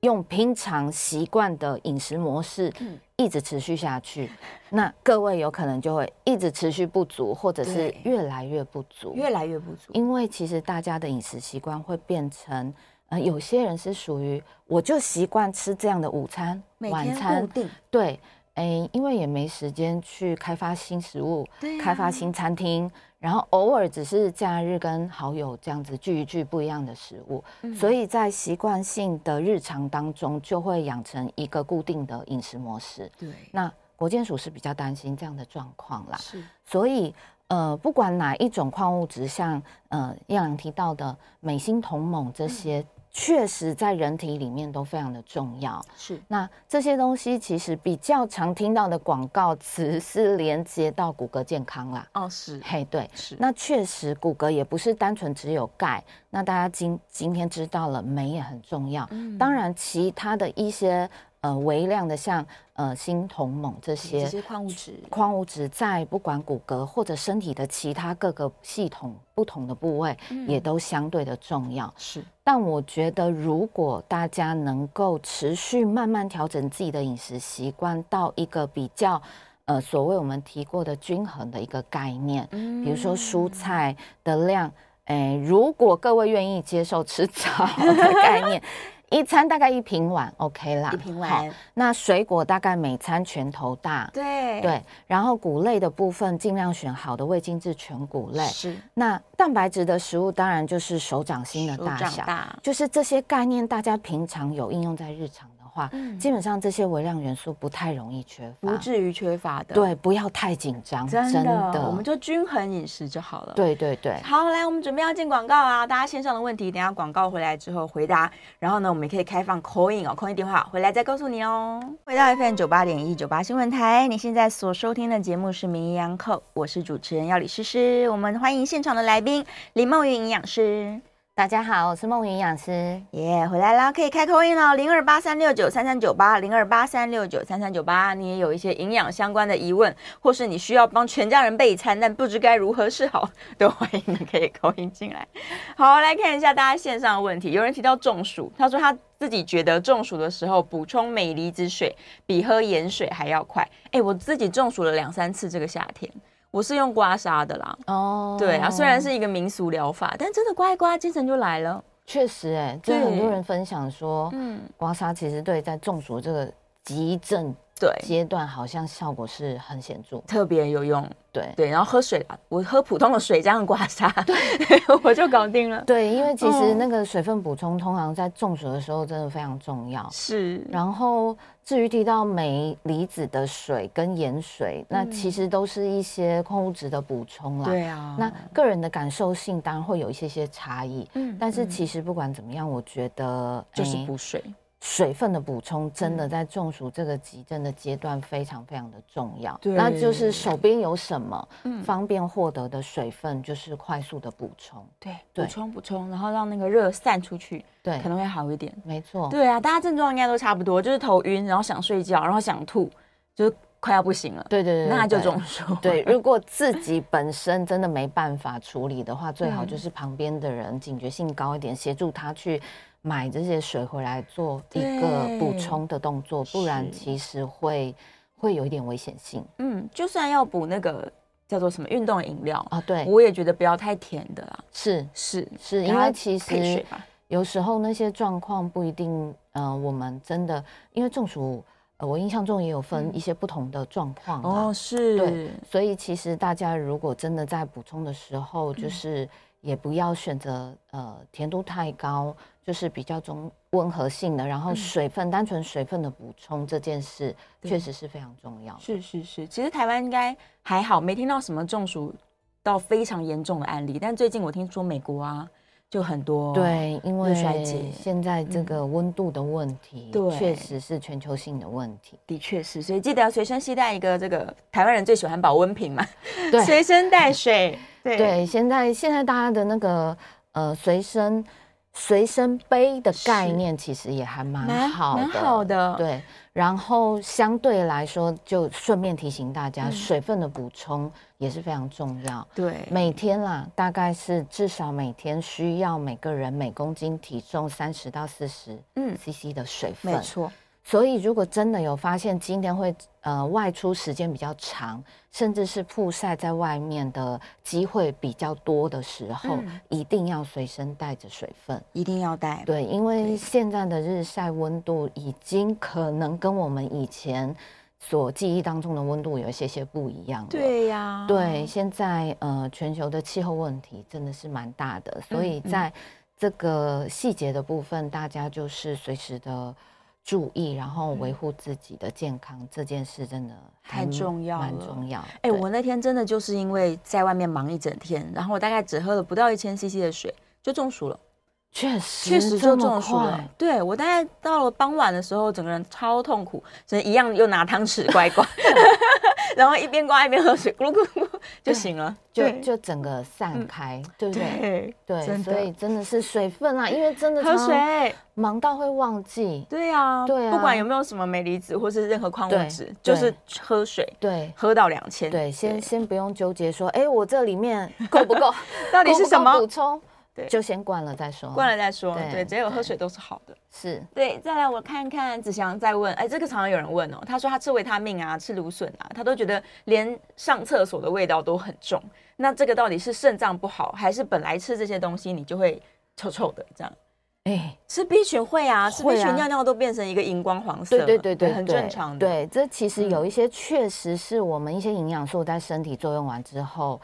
Speaker 4: 用平常习惯的饮食模式
Speaker 3: 嗯
Speaker 4: 一直持续下去，那各位有可能就会一直持续不足，或者是
Speaker 3: 对
Speaker 4: 越来越不足。
Speaker 3: 越来越不足。
Speaker 4: 因为其实大家的饮食习惯会变成，呃，有些人是属于我就习惯吃这样的午餐、
Speaker 3: 每
Speaker 4: 晚
Speaker 3: 天
Speaker 4: 餐
Speaker 3: 固，定，
Speaker 4: 对，哎，因为也没时间去开发新食物，
Speaker 3: 对啊
Speaker 4: 开发新餐厅，然后偶尔只是假日跟好友这样子聚一聚不一样的食物，
Speaker 3: 嗯
Speaker 4: 所以在习惯性的日常当中就会养成一个固定的饮食模式。
Speaker 3: 对，
Speaker 4: 那国健署是比较担心这样的状况啦，
Speaker 3: 是
Speaker 4: 所以呃，不管哪一种矿物质，像呃燕良提到的镁、锌、铜、锰
Speaker 3: 嗯
Speaker 4: 这些，确实在人体里面都非常的重要。
Speaker 3: 是，
Speaker 4: 那这些东西其实比较常听到的广告词是连接到骨骼健康啦。
Speaker 3: 哦是
Speaker 4: 嘿，对，
Speaker 3: 是，
Speaker 4: 那确实骨骼也不是单纯只有钙。那大家今今天知道了，镁也很重要。
Speaker 3: 嗯
Speaker 4: 当然，其他的一些呃微量的像呃锌、铜、锰这
Speaker 3: 这
Speaker 4: 些
Speaker 3: 些矿物质
Speaker 4: 矿物质，在不管骨骼或者身体的其他各个系统不同的部位，
Speaker 3: 嗯
Speaker 4: 也都相对的重要。
Speaker 3: 是
Speaker 4: 但我觉得，如果大家能够持续慢慢调整自己的饮食习惯，到一个比较呃所谓我们提过的均衡的一个概念，
Speaker 3: 嗯
Speaker 4: 比如说蔬菜的量，诶、如果各位愿意接受吃草的概念，一餐大概一平碗 OK 啦，
Speaker 3: 一瓶
Speaker 4: 好
Speaker 3: 丸，
Speaker 4: 那水果大概每餐拳头大。
Speaker 3: 对
Speaker 4: 对，然后谷类的部分尽量选好的未精制全谷类。
Speaker 3: 是
Speaker 4: 那蛋白质的食物当然就是手掌心的
Speaker 3: 手
Speaker 4: 大
Speaker 3: 掌
Speaker 4: 小，啊
Speaker 3: 大
Speaker 4: 就是这些概念，大家平常有应用在日常的话，基本上这些微量元素不太容易缺乏。
Speaker 3: 不至于缺乏的。，
Speaker 4: 对，不要太紧张，
Speaker 3: 真的，
Speaker 4: 真
Speaker 3: 我们就均衡饮食就好了。。
Speaker 4: 对对对，
Speaker 3: 好，来，我们准备要进广告啊！大家线上的问题，等一下广告回来之后回答。然后呢，我们也可以开放 call in 哦，call in 电话回来再告诉你哦。回到 FM 九八点一九八新闻台，你现在所收听的节目是《名医央叩》，我是主持人要李诗诗。我们欢迎现场的来宾林梦云营养师。
Speaker 4: 大家好，我是梦云营养师。
Speaker 3: 耶回来啦，可以开口音了，零二八三六九三三九八，零二八三六九三三九八。你也有一些营养相关的疑问，或是你需要帮全家人备餐，但不知该如何是好，都欢迎你可以口音进来。好，来看一下大家线上的问题。有人提到中暑，他说他自己觉得中暑的时候补充镁离子水比喝盐水还要快。哎，我自己中暑了两三次这个夏天，我是用刮痧的啦。
Speaker 4: 哦
Speaker 3: 对啊，虽然是一个民俗疗法，但真的刮一刮，精神就来了。
Speaker 4: 确实哎、就
Speaker 3: 对
Speaker 4: 很多人分享说，
Speaker 3: 嗯，
Speaker 4: 刮痧其实对在中暑这个急症
Speaker 3: 对。
Speaker 4: 阶段，好像效果是很显著。
Speaker 3: 特别有用，
Speaker 4: 对
Speaker 3: 对，然后喝水啦，我喝普通的水加上刮痧，对，我就搞定了。
Speaker 4: 对，因为其实
Speaker 3: 嗯
Speaker 4: 那个水分补充，通常在中暑的时候真的非常重
Speaker 3: [laughs]
Speaker 4: 要。
Speaker 3: 是，
Speaker 4: 然后，至于提到镁离子的水跟盐水，那其实都是一些矿物质的补充啦。。
Speaker 3: 嗯对啊，
Speaker 4: 那个人的感受性当然会有一些些差异，
Speaker 3: 嗯
Speaker 4: 但是其实不管怎么样，我觉得
Speaker 3: 就是
Speaker 4: 哎
Speaker 3: 补嗯水，
Speaker 4: 水分的补充真的在中暑这个急症的阶段非常非常的重要。
Speaker 3: 对嗯
Speaker 4: 那就是手边有什么方便获得的水分，就是快速的补充。
Speaker 3: 对，补
Speaker 4: 对
Speaker 3: 充补充，然后让那个热散出去，
Speaker 4: 对哦
Speaker 3: 可，能会好一点。
Speaker 4: 没错。
Speaker 3: 对啊，大家症状应该都差不多，就是头晕，然后想睡觉，然后想吐，就是快要不行了，
Speaker 4: 对对对，对
Speaker 3: 那就
Speaker 4: 对
Speaker 3: 中暑。
Speaker 4: 对，如果自己本身真
Speaker 3: 嗯
Speaker 4: 的没办法处理的话，最好就是旁边的人警觉性高一点，协助他去买这些水回来做一个补充的动作，不然
Speaker 3: 是
Speaker 4: 其实会会有一点危险性
Speaker 3: [laughs] 嗯，就算要补那个叫做什么运动饮料，
Speaker 4: 啊。对，
Speaker 3: 我也觉得不要太甜的啦。
Speaker 4: 是
Speaker 3: 是
Speaker 4: 是
Speaker 3: 给
Speaker 4: 因
Speaker 3: 它
Speaker 4: 为其
Speaker 3: 配水
Speaker 4: 实
Speaker 3: 吧，
Speaker 4: 有时候那些状况不一定，嗯、我们真的因为中暑，呃，我印象中也有分
Speaker 3: 嗯
Speaker 4: 一些不同的状况、啊
Speaker 3: 哦，是，
Speaker 4: 对，所以其实大家如果真的在补充的时候，
Speaker 3: 嗯
Speaker 4: 就是也不要选择呃甜度太高，就是比较中温和性的，然
Speaker 3: 嗯
Speaker 4: 后水分、单纯水分的补充这件事，
Speaker 3: 对
Speaker 4: 确实是非常重要的。
Speaker 3: 是是是，其实台湾应该还好，没听到什么中暑到非常严重的案例。但最近我听说美国啊，就很多
Speaker 4: 对，因为
Speaker 3: 衰竭嗯
Speaker 4: 现在这个温度的问题，
Speaker 3: 对
Speaker 4: 确实是全球性的问
Speaker 3: [laughs]
Speaker 4: 题。
Speaker 3: 的确是，所以记得要随身携带一个这个台湾人最喜欢保温瓶嘛，
Speaker 4: 对
Speaker 3: 随身带水。对
Speaker 4: 对，现在现在大家的那个呃随身随身杯的概
Speaker 3: 是
Speaker 4: 念，其实也还蛮
Speaker 3: 蛮
Speaker 4: 好
Speaker 3: 蛮
Speaker 4: 的，
Speaker 3: 好的，
Speaker 4: 对，然后相对来说，就顺便提醒大家，水分的补充也是非常重要。
Speaker 3: 嗯对
Speaker 4: 每天啦，大概是至少每天需要每个人每公斤体重三十到四十
Speaker 3: 嗯
Speaker 4: CC 的水
Speaker 3: 没
Speaker 4: 分。
Speaker 3: 错，
Speaker 4: 所以，如果真的有发现今天会呃外出时间比较长，甚至是曝晒在外面的机会比较多的时候，
Speaker 3: 嗯
Speaker 4: 一定要随身带着水分。
Speaker 3: 一定要带。
Speaker 4: 对，因为现在的日晒温度已经可能跟我们以前所记忆当中的温度有一些些不一样了。
Speaker 3: 对啊呀、
Speaker 4: 对，现在呃，全球的气候问题真的是蛮大的，所
Speaker 3: 嗯
Speaker 4: 以在这个细节的部分，大家就是随时的注意，然后维护自己的健康，这件事真的
Speaker 3: 嗯太
Speaker 4: 还
Speaker 3: 重要
Speaker 4: 蛮
Speaker 3: 了
Speaker 4: 重要。
Speaker 3: 哎、
Speaker 4: 对
Speaker 3: 我那天真的就是因为在外面忙一整天，然后我大概只喝了不到一千 CC 的水就中暑了，
Speaker 4: 确实
Speaker 3: 确实就
Speaker 4: 这么
Speaker 3: 中暑了
Speaker 4: 快。
Speaker 3: 对我大概到了傍晚的时候，整个人超痛苦，所以一样又拿汤匙刮一 [laughs] 刮，然后一边刮一边喝水，咕噜咕噜咕噜就醒了。
Speaker 4: 就
Speaker 3: 对
Speaker 4: 就整个散
Speaker 3: 嗯
Speaker 4: 开，对不对？
Speaker 3: 对
Speaker 4: 对，
Speaker 3: 真
Speaker 4: 所以
Speaker 3: 的
Speaker 4: 真的是水分啊，因为真的
Speaker 3: 喝
Speaker 4: 常
Speaker 3: 水。
Speaker 4: 忙到会忘记。
Speaker 3: 对啊，
Speaker 4: 对啊
Speaker 3: 不管有没有什么镁离子或是任何矿物
Speaker 4: 对
Speaker 3: 质，就
Speaker 4: 对
Speaker 3: 是喝水，
Speaker 4: 对
Speaker 3: 喝到两千。
Speaker 4: 对，先先不用纠结说，哎，我这里面够不够？
Speaker 3: [laughs] 到底是什
Speaker 4: 够不够补
Speaker 3: 么？
Speaker 4: 充？
Speaker 3: 对
Speaker 4: 就先灌了再说。
Speaker 3: 灌了再说。
Speaker 4: 对
Speaker 3: 对，只有喝
Speaker 4: 对
Speaker 3: 水都是好的。
Speaker 4: 是
Speaker 3: 对，再来我看看子祥在问，哎，这个常常有人问哦，他说他吃维他命啊，吃芦笋啊，他都觉得连上厕所的味道都很重。那这个到底是肾脏不好，还是本来吃这些东西你就会臭臭的这样？
Speaker 4: 哎，
Speaker 3: 吃 B 群会啊，吃 B
Speaker 4: 会啊
Speaker 3: 群尿尿都变成一个荧光黄色
Speaker 4: 对
Speaker 3: 嘛，
Speaker 4: 对对对，
Speaker 3: 很
Speaker 4: 对
Speaker 3: 正常的。，嗯
Speaker 4: 对，这其实有一些确实是我们一些营养素在身体作用完之后。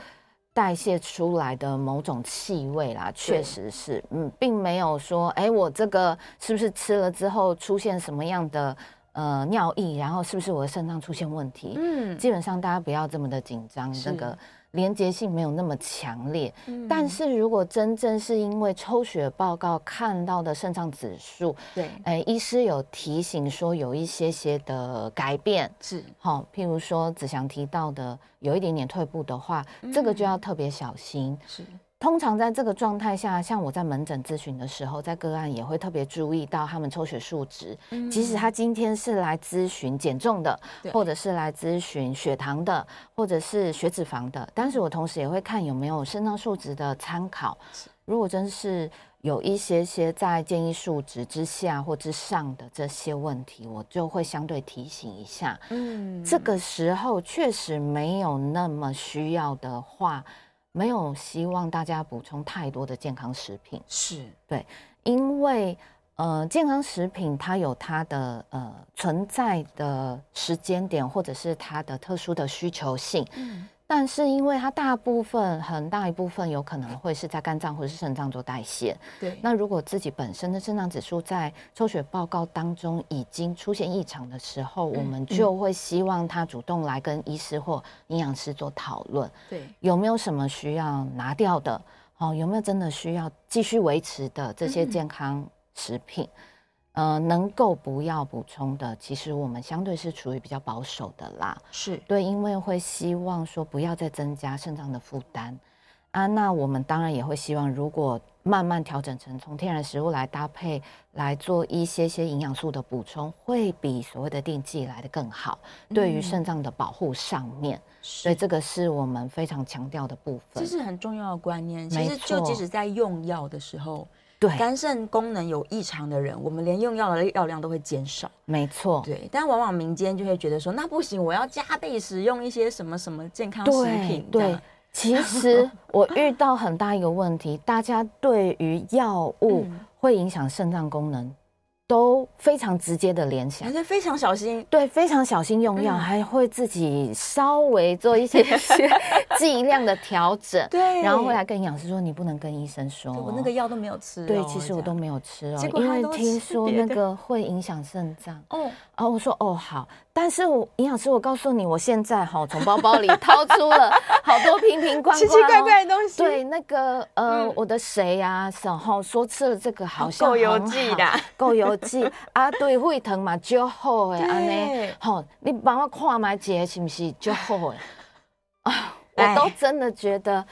Speaker 4: 代谢出来的某种气味啦，确实是，嗯，并没有说，哎、我这个是不是吃了之后出现什么样的呃尿意，然后是不是我的肾脏出现问题？
Speaker 3: 嗯，
Speaker 4: 基本上大家不要这么的紧张，
Speaker 3: 是
Speaker 4: 那个连结性没有那么强烈。
Speaker 3: 嗯
Speaker 4: 但是如果真正是因为抽血报告看到的肾脏指数，
Speaker 3: 对，
Speaker 4: 哎，医师有提醒说有一些些的改变。
Speaker 3: 是
Speaker 4: 好、譬如说子祥提到的有一点点退步的话，这个就要特别小心。
Speaker 3: 是，
Speaker 4: 通常在这个状态下，像我在门诊咨询的时候，在个案也会特别注意到他们抽血数值，即使他今天是来咨询减重的
Speaker 3: 对，
Speaker 4: 或者是来咨询血糖的，或者是血脂肪的，但是我同时也会看有没有肾脏数值的参考。如果真是有一些些在建议数值之下或之上的这些问题，我就会相对提醒一下。
Speaker 3: 嗯，
Speaker 4: 这个时候确实没有那么需要的话，没有希望大家补充太多的健康食品，
Speaker 3: 是
Speaker 4: 因为呃，健康食品它有它的呃存在的时间点，或者是它的特殊的需求性。
Speaker 3: 嗯
Speaker 4: 但是，因为它大部分很大一部分有可能会是在肝脏或是肾脏做代谢，
Speaker 3: 对，
Speaker 4: 那如果自己本身的肾脏指数在抽血报告当中已经出现异常的时候，我们就会希望他主动来跟医师或营养师做讨论，
Speaker 3: 对
Speaker 4: 有没有什么需要拿掉的，哦，有没有真的需要继续维持的这些健康食品。呃，能够不要补充的，其实我们相对是处于比较保守的啦。
Speaker 3: 是
Speaker 4: 对，因为会希望说不要再增加肾脏的负担啊。那我们当然也会希望，如果慢慢调整成从天然食物来搭配来做一些些营养素的补充，会比所谓的定剂来的更好，对于肾脏的保护上面，所以
Speaker 3: 是。
Speaker 4: 这个是我们非常强调的部分
Speaker 3: 这。是很重要的观念。其
Speaker 4: 没
Speaker 3: 实，就即
Speaker 4: 错
Speaker 3: 使在用药的时候，
Speaker 4: 对，
Speaker 3: 肝肾功能有异常的人，我们连用药的药量都会减少。
Speaker 4: 没错，
Speaker 3: 对，但往往民间就会觉得说，那不行，我要加倍使用一些什么什么健康食品。这
Speaker 4: 对
Speaker 3: 样，
Speaker 4: 其
Speaker 3: [laughs]
Speaker 4: 实我遇到很大一个问题，大家对于药物
Speaker 3: 嗯
Speaker 4: 会影响肾脏功能都非常直接的联想
Speaker 3: 反。正非常小心。
Speaker 4: 对，非常小心用药，
Speaker 3: 嗯
Speaker 4: 还会自己稍微做
Speaker 3: [laughs]
Speaker 4: 一些些剂量的调整，
Speaker 3: 对
Speaker 4: 然后后来跟营养师说，你不能跟医生说、
Speaker 3: 对
Speaker 4: 哦，
Speaker 3: 我那个药都没有吃哦。
Speaker 4: 对，其实我
Speaker 3: 这
Speaker 4: 都
Speaker 3: 样
Speaker 4: 没有吃
Speaker 3: 结
Speaker 4: 哦，
Speaker 3: 果
Speaker 4: 因
Speaker 3: 他
Speaker 4: 为
Speaker 3: 都
Speaker 4: 听
Speaker 3: 吃
Speaker 4: 说
Speaker 3: 别
Speaker 4: 那
Speaker 3: 的
Speaker 4: 个会影响肾脏。
Speaker 3: 哦，
Speaker 4: 哦，我说哦好，但是我营养师，我告诉你，我现在哈从包包里掏出了好多瓶瓶罐罐、哦，
Speaker 3: [laughs] 奇奇怪怪的东西。
Speaker 4: 对，那个呃，
Speaker 3: 嗯哦
Speaker 4: 我的谁呀、啊，然后说吃了这个好像
Speaker 3: 够油
Speaker 4: 很
Speaker 3: 剂
Speaker 4: 好
Speaker 3: 的，
Speaker 4: 够油剂啊，对，胃疼嘛，就好诶，安尼
Speaker 3: 对，
Speaker 4: 吼，你帮我看嘛，姐是不是就好诶？ [laughs] 啊，
Speaker 3: 哎
Speaker 4: 我都真的觉得。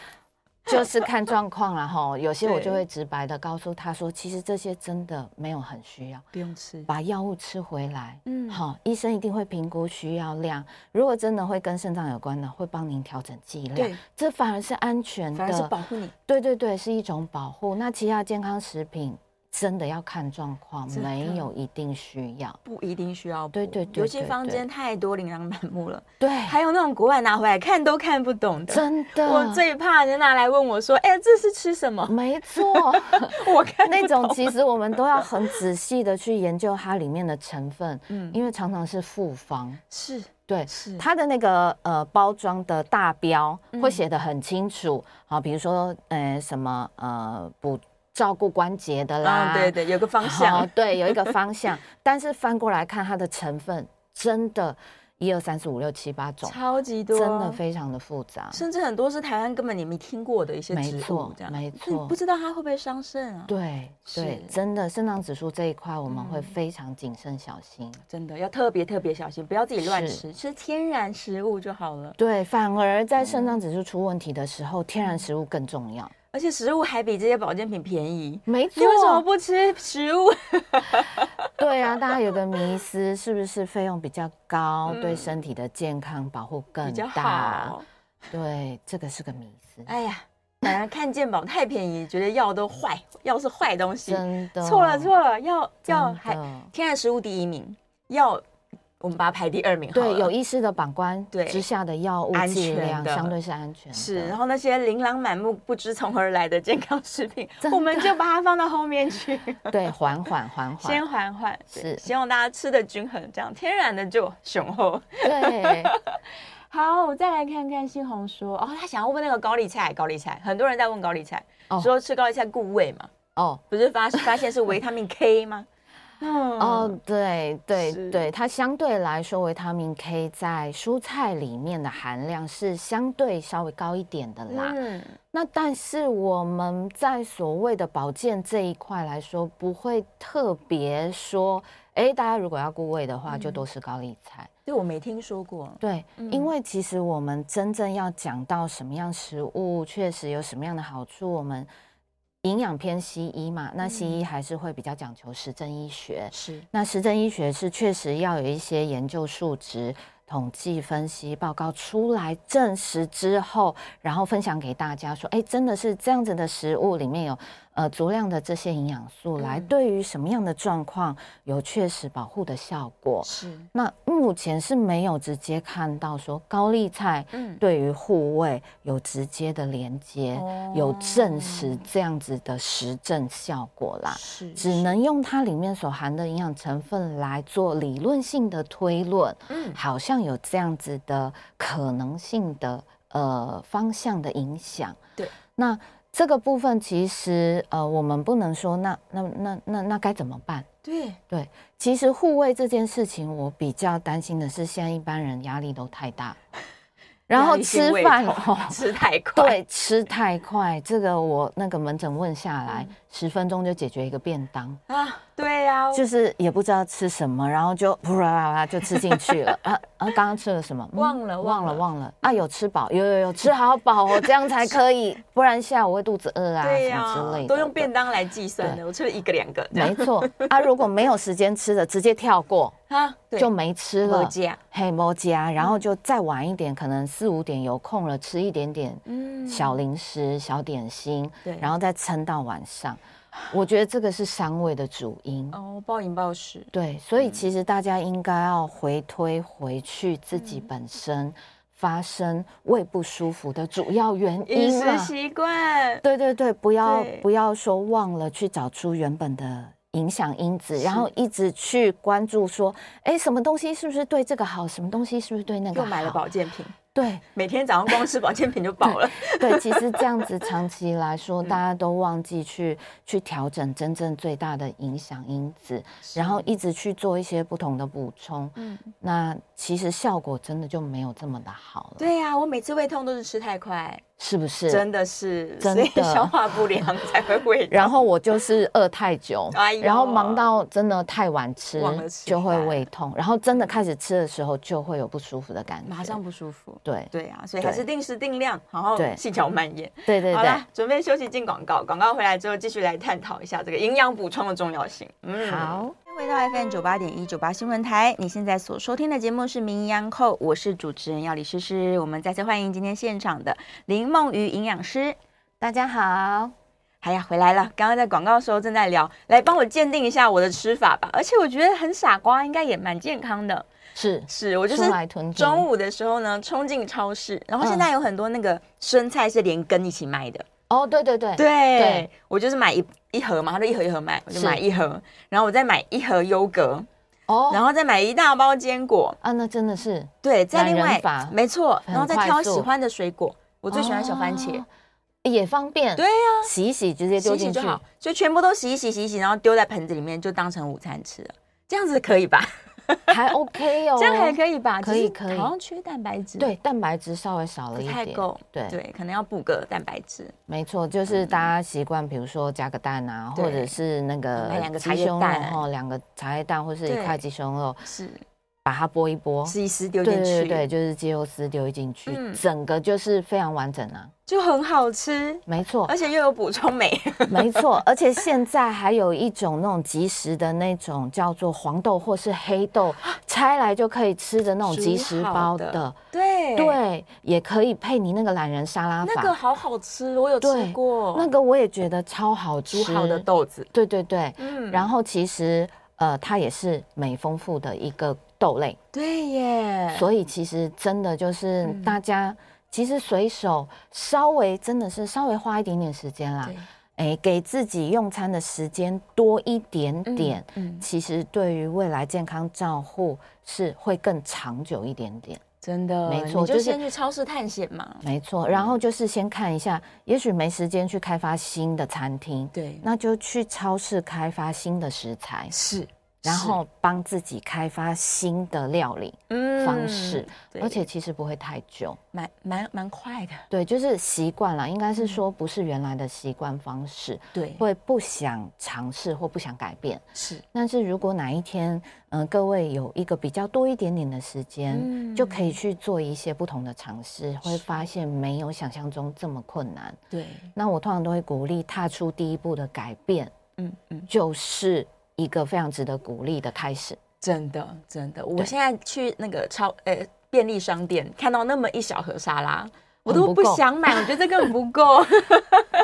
Speaker 4: 就是看状况啦，吼，有些我
Speaker 3: 对
Speaker 4: 就会直白的告诉他说，其实这些真的没有很需要，
Speaker 3: 不用吃。
Speaker 4: 把药物吃回来，
Speaker 3: 嗯
Speaker 4: 好、医生一定会评估需要量，如果真的会跟肾脏有关的，会帮您调整剂量
Speaker 3: 对，
Speaker 4: 这反而是安全的，
Speaker 3: 反而是保护你。
Speaker 4: 对对对，是一种保护。那其他健康食品真的要看状况，
Speaker 3: 真的
Speaker 4: 没有一定需要。
Speaker 3: 不一定需要补，
Speaker 4: 对对对
Speaker 3: 尤其
Speaker 4: 对
Speaker 3: 坊
Speaker 4: 对
Speaker 3: 间太多琳琅满目了，
Speaker 4: 对，
Speaker 3: 还有那种国外拿回来看都看不懂的。
Speaker 4: 真的，
Speaker 3: 我最怕人拿来问我说：“哎、这是吃什么
Speaker 4: 没错，？”
Speaker 3: [laughs] 我看不
Speaker 4: 那种
Speaker 3: 懂
Speaker 4: 其实我们都要很仔细的去研究它里面的成分，
Speaker 3: 嗯
Speaker 4: 因为常常是复方。
Speaker 3: 是
Speaker 4: 对，
Speaker 3: 是
Speaker 4: 它的那个呃包装的大标
Speaker 3: 嗯
Speaker 4: 会写得很清楚，好、比如说呃什么呃补照顾关节的啦，
Speaker 3: 啊，对
Speaker 4: [laughs]
Speaker 3: 对，有个方
Speaker 4: 好
Speaker 3: 向，
Speaker 4: 对，有一
Speaker 3: [laughs]
Speaker 4: 个方向，但是翻过来看它的成分，真的，一二三四五六七八种，
Speaker 3: 超级多，
Speaker 4: 真的非常的复杂。
Speaker 3: 甚至很多是台湾根本你没听过的一些
Speaker 4: 没
Speaker 3: 植物
Speaker 4: 错，
Speaker 3: 这样，
Speaker 4: 没
Speaker 3: 所以
Speaker 4: 错
Speaker 3: 不知道它会不会伤肾啊？，
Speaker 4: 对对
Speaker 3: 是，
Speaker 4: 真的，肾脏指数这一块我们会
Speaker 3: 嗯
Speaker 4: 非常谨慎小心。
Speaker 3: 真的要特别特别小心，不要自己乱
Speaker 4: 是
Speaker 3: 吃，吃天然食物就好了。
Speaker 4: 对，反而在
Speaker 3: 嗯
Speaker 4: 肾脏指数出问题的时候，天然食物更重要。
Speaker 3: 而且食物还比这些保健品便宜，
Speaker 4: 没
Speaker 3: 你嗯为什么不吃食物？ [laughs]
Speaker 4: 对啊，大家有个迷思，是不是费用比较高，对
Speaker 3: 嗯
Speaker 4: 身体的健康保护
Speaker 3: [laughs] 比
Speaker 4: 更
Speaker 3: 较
Speaker 4: 大
Speaker 3: 好？。
Speaker 4: 对，这个是个迷思，
Speaker 3: 哎呀，反而看健保太便宜，觉得药都坏，药是坏东西，
Speaker 4: 真的
Speaker 3: 错了错了，药药
Speaker 4: 真
Speaker 3: 还
Speaker 4: 的
Speaker 3: 天然食物第一名，药我们把它排第二名好了，
Speaker 4: 对，有医师的把关
Speaker 3: 对
Speaker 4: 之下的药物
Speaker 3: 安
Speaker 4: 剂
Speaker 3: 全
Speaker 4: 量
Speaker 3: 的
Speaker 4: 相对是安全的，
Speaker 3: 是，然后那些琳琅满目、不知从何而来的健康食 [laughs] 品，
Speaker 4: 真的
Speaker 3: 我们就把它放到后面 [laughs] 去，
Speaker 4: 对，缓缓缓
Speaker 3: 先
Speaker 4: 缓，
Speaker 3: 缓缓。对
Speaker 4: 是
Speaker 3: 希望大家吃的均衡，这样天然的就雄厚。
Speaker 4: [laughs] 对，
Speaker 3: [laughs] 好，我再来看看新红说，哦，他想要问那个高丽菜，高丽菜，很多人在问高丽菜，
Speaker 4: 哦
Speaker 3: 说吃高丽菜固胃嘛，
Speaker 4: 哦
Speaker 3: 不是 [laughs] 发发现是维他命 K 吗？嗯，
Speaker 4: 哦，对
Speaker 3: 是
Speaker 4: 对对，它相对来说维他命 K 在蔬菜里面的含量是相对稍微高一点的啦，
Speaker 3: 嗯，
Speaker 4: 那但是我们在所谓的保健这一块来说，不会特别说，哎，大家如果要顾胃的话，就多吃高丽菜。
Speaker 3: 对我没听说过，
Speaker 4: 对，因为其实我们真正要讲到什么样食物确实有什么样的好处，我们营养偏西医嘛，那西医还是会比较讲求实证医学。
Speaker 3: 是
Speaker 4: 那实证医学是确实要有一些研究数值、统计分析报告出来证实之后，然后分享给大家说，哎，真的是这样子的食物里面有呃足量的这些营养素，来
Speaker 3: 嗯
Speaker 4: 对于什么样的状况有确实保护的效果。
Speaker 3: 是，
Speaker 4: 那目前是没有直接看到说高丽菜
Speaker 3: 嗯，
Speaker 4: 对于护卫有直接的连接，
Speaker 3: 哦
Speaker 4: 有证实这样子的实证效果啦。
Speaker 3: 是
Speaker 4: 只能用它里面所含的营养成分来做理论性的推论，
Speaker 3: 嗯
Speaker 4: 好像有这样子的可能性的呃方向的影响。
Speaker 3: 对，
Speaker 4: 那这个部分其实呃我们不能说那那那那那该怎么办？
Speaker 3: 对，
Speaker 4: 对，其实护卫这件事情，我比较担心的是，现在一般人压力都太
Speaker 3: [laughs]
Speaker 4: 大，然后
Speaker 3: 压力性
Speaker 4: 吃
Speaker 3: 胃
Speaker 4: 饭
Speaker 3: 痛
Speaker 4: 哦，
Speaker 3: 吃太快，
Speaker 4: [laughs] 对，吃太快，这个我那个门诊问下来，
Speaker 3: 嗯
Speaker 4: 十、分钟就解决一个便当，
Speaker 3: 啊，对呀、
Speaker 4: 就是也不知道吃什么，然后就噗啦啦啦就吃进
Speaker 3: [laughs]
Speaker 4: 去了啊啊！刚刚吃了什么？嗯
Speaker 3: 忘了忘
Speaker 4: 忘了
Speaker 3: 了
Speaker 4: 忘了啊！有吃饱，有有有吃好饱
Speaker 3: [laughs]
Speaker 4: 哦，这样才可以，不然下午会肚子饿啊
Speaker 3: 对
Speaker 4: 什
Speaker 3: 呀、
Speaker 4: 么之类的。
Speaker 3: 都用
Speaker 4: 对
Speaker 3: 便当来计算的，我吃了一个两个，这样
Speaker 4: [laughs] 没错啊，如果没有时间吃的，直接跳过。
Speaker 3: 啊，对，
Speaker 4: 就没吃
Speaker 3: 没嗯
Speaker 4: 了，
Speaker 3: 加
Speaker 4: 嘿，摸加，然后就再晚一点，可能四五点有空了，吃一点点
Speaker 3: 嗯
Speaker 4: 小零食、小点心，
Speaker 3: 对
Speaker 4: 然后再撑到晚上。我觉得这个是伤胃的主因。
Speaker 3: 哦，暴饮暴食，
Speaker 4: 对，所以
Speaker 3: 嗯
Speaker 4: 其实大家应该要回推回去自
Speaker 3: 嗯
Speaker 4: 己本身发生胃不舒服的主要原
Speaker 3: 饮
Speaker 4: 因
Speaker 3: 食
Speaker 4: 啊。
Speaker 3: 习惯，
Speaker 4: 对对对，不要
Speaker 3: 对
Speaker 4: 不要说忘了去找出原本的影响因子，然后一直去关注说，哎，什么东西是不是对这个好，什么东西是不是对那个
Speaker 3: 又
Speaker 4: 好？
Speaker 3: 买了保健品，
Speaker 4: 对
Speaker 3: 每天早上光吃保健品就饱了。
Speaker 4: 对，其实这样子长期来
Speaker 3: [laughs] 嗯
Speaker 4: 说，大家都忘记去去调整真正最大的影响因子， [laughs] 然后一直去做一些不同的补充，
Speaker 3: 嗯，
Speaker 4: 那其实效果真的就没有这么的好了，
Speaker 3: 对呀、我每次胃痛都是吃太快，
Speaker 4: 是不是？
Speaker 3: 真的是，
Speaker 4: 真
Speaker 3: 所以
Speaker 4: 的
Speaker 3: 消化不良才会胃痛。
Speaker 4: 然后我就是饿太久，
Speaker 3: [laughs] 哎呦
Speaker 4: 然后忙到真的太晚吃
Speaker 3: 忘了，吃
Speaker 4: 就会
Speaker 3: 饭
Speaker 4: 胃痛，然后真的开始吃的时候就会有不舒服的感觉，
Speaker 3: 马上不舒服。
Speaker 4: 对
Speaker 3: 对啊，所以还
Speaker 4: 对
Speaker 3: 是定时定量，好好
Speaker 4: 对
Speaker 3: 细嚼慢咽。
Speaker 4: 对对
Speaker 3: 好
Speaker 4: 对
Speaker 3: 啦，，准备休息进广告，广告回来之后继续来探讨一下这个营养补充的重要性。嗯，。
Speaker 4: 好。
Speaker 3: 回到 FM 九八点一九八新闻台，你现在所收听的节目是《名医央叩》，我是主持人要李诗诗。我们再次欢迎今天现场的林梦瑜营养师。
Speaker 4: 大家好，
Speaker 3: 哎呀，回来了！刚刚在广告的时候正在聊，来帮我鉴定一下我的吃法吧。而且我觉得很傻瓜，应该也蛮健康的。
Speaker 4: 是
Speaker 3: 是我就是
Speaker 4: 出来囤积
Speaker 3: 中午的时候呢，冲进超市，然后
Speaker 4: 嗯
Speaker 3: 现在有很多那个生菜是连根一起卖的。
Speaker 4: 哦，对对对
Speaker 3: 对，
Speaker 4: 对
Speaker 3: 我就是买一一盒嘛，他就一盒一盒买，我就是买一盒，然后我再买一盒优格，
Speaker 4: 哦，
Speaker 3: 然后再买一大包坚果，
Speaker 4: 啊，那真的是
Speaker 3: 对，再另
Speaker 4: 懒
Speaker 3: 外
Speaker 4: 人法
Speaker 3: 没错，
Speaker 4: 很
Speaker 3: 然后再挑
Speaker 4: 快速
Speaker 3: 喜欢的水果。我最喜欢小番茄
Speaker 4: 哦，也方便，
Speaker 3: 对呀、
Speaker 4: 洗一洗直接
Speaker 3: 洗
Speaker 4: 丢
Speaker 3: 一洗
Speaker 4: 进去
Speaker 3: 就，好，所以全部都洗一洗，洗一洗，然后丢在盆子里面，就当成午餐吃了，这样子可以吧？
Speaker 4: 还 OK 哦，
Speaker 3: [laughs] 这样还可以吧？
Speaker 4: 可以
Speaker 3: 只是
Speaker 4: 可以
Speaker 3: 好像缺蛋白质，
Speaker 4: 对，蛋白质稍微少了
Speaker 3: 不
Speaker 4: 一
Speaker 3: 太
Speaker 4: 点，
Speaker 3: 够，
Speaker 4: 对
Speaker 3: 对，可能要补个蛋白质。
Speaker 4: 没错，就是大家习惯，比如说加个蛋啊，
Speaker 3: 对
Speaker 4: 或者是那个
Speaker 3: 买两个茶叶
Speaker 4: 鸡胸肉
Speaker 3: 蛋
Speaker 4: 哦，两个茶叶蛋或是
Speaker 3: 对
Speaker 4: 一块鸡胸肉，
Speaker 3: 是
Speaker 4: 把它剥一剥，
Speaker 3: 吃一丝丢
Speaker 4: 哦对
Speaker 3: 进去，
Speaker 4: 对对，就是鸡肉丝丢进去，
Speaker 3: 嗯
Speaker 4: 整个就是非常完整啊。
Speaker 3: 就很好吃，
Speaker 4: 没错，
Speaker 3: 而且又有补充镁。 [laughs]
Speaker 4: 没错，而且现在还有一种那种即食的那种叫做黄豆或是黑豆，拆来就可以吃的那种
Speaker 3: 煮
Speaker 4: 即食
Speaker 3: 好
Speaker 4: 包
Speaker 3: 的
Speaker 4: 的，
Speaker 3: 对，
Speaker 4: 对，也可以配你那个懒人沙拉法。
Speaker 3: 那个好好吃，我有吃
Speaker 4: 对
Speaker 3: 过，
Speaker 4: 那个我也觉得超好吃，
Speaker 3: 哦煮好的豆子，
Speaker 4: 对对对，
Speaker 3: 嗯
Speaker 4: 然后其实呃，它也是美丰富的一个豆类，
Speaker 3: 对耶，
Speaker 4: 所以其实真的就
Speaker 3: 哎
Speaker 4: 是
Speaker 3: 嗯
Speaker 4: 大家其实随手稍微真的是稍微花一点点时间啦
Speaker 3: 对，
Speaker 4: 哎，给自己用餐的时间多一点点，
Speaker 3: 嗯嗯
Speaker 4: 其实对于未来健康照护是会更长久一点点。
Speaker 3: 真的
Speaker 4: 没错
Speaker 3: 你就
Speaker 4: 就是
Speaker 3: 先去超市探险嘛，
Speaker 4: 没错，然后就是先看一下，也许没时间去开发新的餐厅，
Speaker 3: 对，
Speaker 4: 那就去超市开发新的食材，
Speaker 3: 是，
Speaker 4: 然后帮自己开发新的料理
Speaker 3: 嗯
Speaker 4: 方式，
Speaker 3: 对
Speaker 4: 而且其实不会太久。
Speaker 3: 蛮蛮蛮快的，
Speaker 4: 对，就是习惯了，应该
Speaker 3: 嗯
Speaker 4: 是说不是原来的习惯方式，
Speaker 3: 对，
Speaker 4: 会不想尝试或不想改变。
Speaker 3: 是
Speaker 4: 但是如果哪一天，嗯、各位有一个比较多一点点的时间，
Speaker 3: 嗯
Speaker 4: 就可以去做一些不同的尝试，会发现没有想象中这么困难。
Speaker 3: 对，
Speaker 4: 那我通常都会鼓励踏出第一步的改变，
Speaker 3: 嗯嗯，
Speaker 4: 就是一个非常值得鼓励的开始。 [laughs]
Speaker 3: 真的真的，我
Speaker 4: 对
Speaker 3: 现在去那个超呃便利商店看到那么一小盒沙拉。我都
Speaker 4: 很
Speaker 3: 不
Speaker 4: 不够
Speaker 3: 想买，我觉得这根本不
Speaker 4: [laughs]
Speaker 3: 够，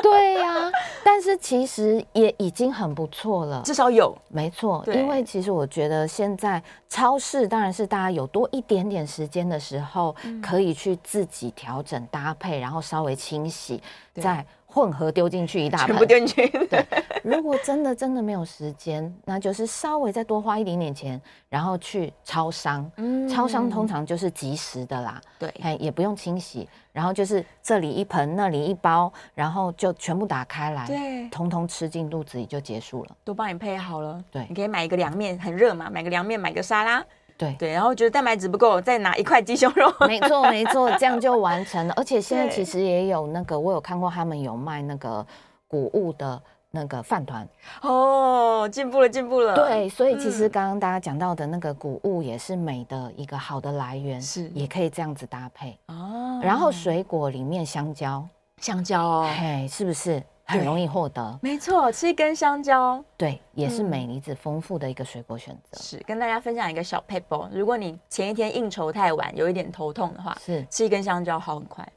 Speaker 4: 对呀、但是其实也已经很不错了。
Speaker 3: 至少有
Speaker 4: 没错，
Speaker 3: 对
Speaker 4: 因为其实我觉得现在超市当然是大家有多一点点时间的时候，
Speaker 3: 嗯
Speaker 4: 可以去自己调整搭配，然后稍微清洗，
Speaker 3: 对
Speaker 4: 再混合丢进去一
Speaker 3: 全
Speaker 4: 大
Speaker 3: 部
Speaker 4: 盆。
Speaker 3: 丢进去，对， [laughs]
Speaker 4: 如果真的真的没有时间，那就是稍微再多花一点点钱，然后去超商。
Speaker 3: 嗯
Speaker 4: 超商通常就是即时的啦，
Speaker 3: 对
Speaker 4: 哎，也不用清洗，然后就是这里一盆，那里一包，然后就全部打开来，
Speaker 3: 对
Speaker 4: 通通吃进肚子里就结束了。
Speaker 3: 都帮你配好了。
Speaker 4: 对
Speaker 3: 你可以买一个凉面，很热嘛，买个凉面，买个沙拉。
Speaker 4: 对，
Speaker 3: 对，然后觉得蛋白质不够，再拿一块鸡胸肉。
Speaker 4: 没错，没错，这样就完成了。而且现在
Speaker 3: 对
Speaker 4: 其实也有那个，我有看过他们有卖那个谷物的那个饭团。
Speaker 3: [laughs] 哦，进步了，进步了。
Speaker 4: 对，，所以其
Speaker 3: 嗯
Speaker 4: 实刚刚大家讲到的那个谷物也是美的一个好的来源，
Speaker 3: 是
Speaker 4: 也可以这样子搭配。
Speaker 3: 哦，
Speaker 4: 然后水果里面香蕉，
Speaker 3: 香蕉哦，
Speaker 4: 嘿，是不是
Speaker 3: 对
Speaker 4: 很容易获得？
Speaker 3: 没错，吃一根香蕉。
Speaker 4: 对，也是
Speaker 3: 嗯
Speaker 4: 镁离子丰富的一个水果选择。
Speaker 3: 是跟大家分享一个小 p a p e 如果你前一天应酬太晚，有一点头痛的话，
Speaker 4: 是
Speaker 3: 吃一根香蕉好很快。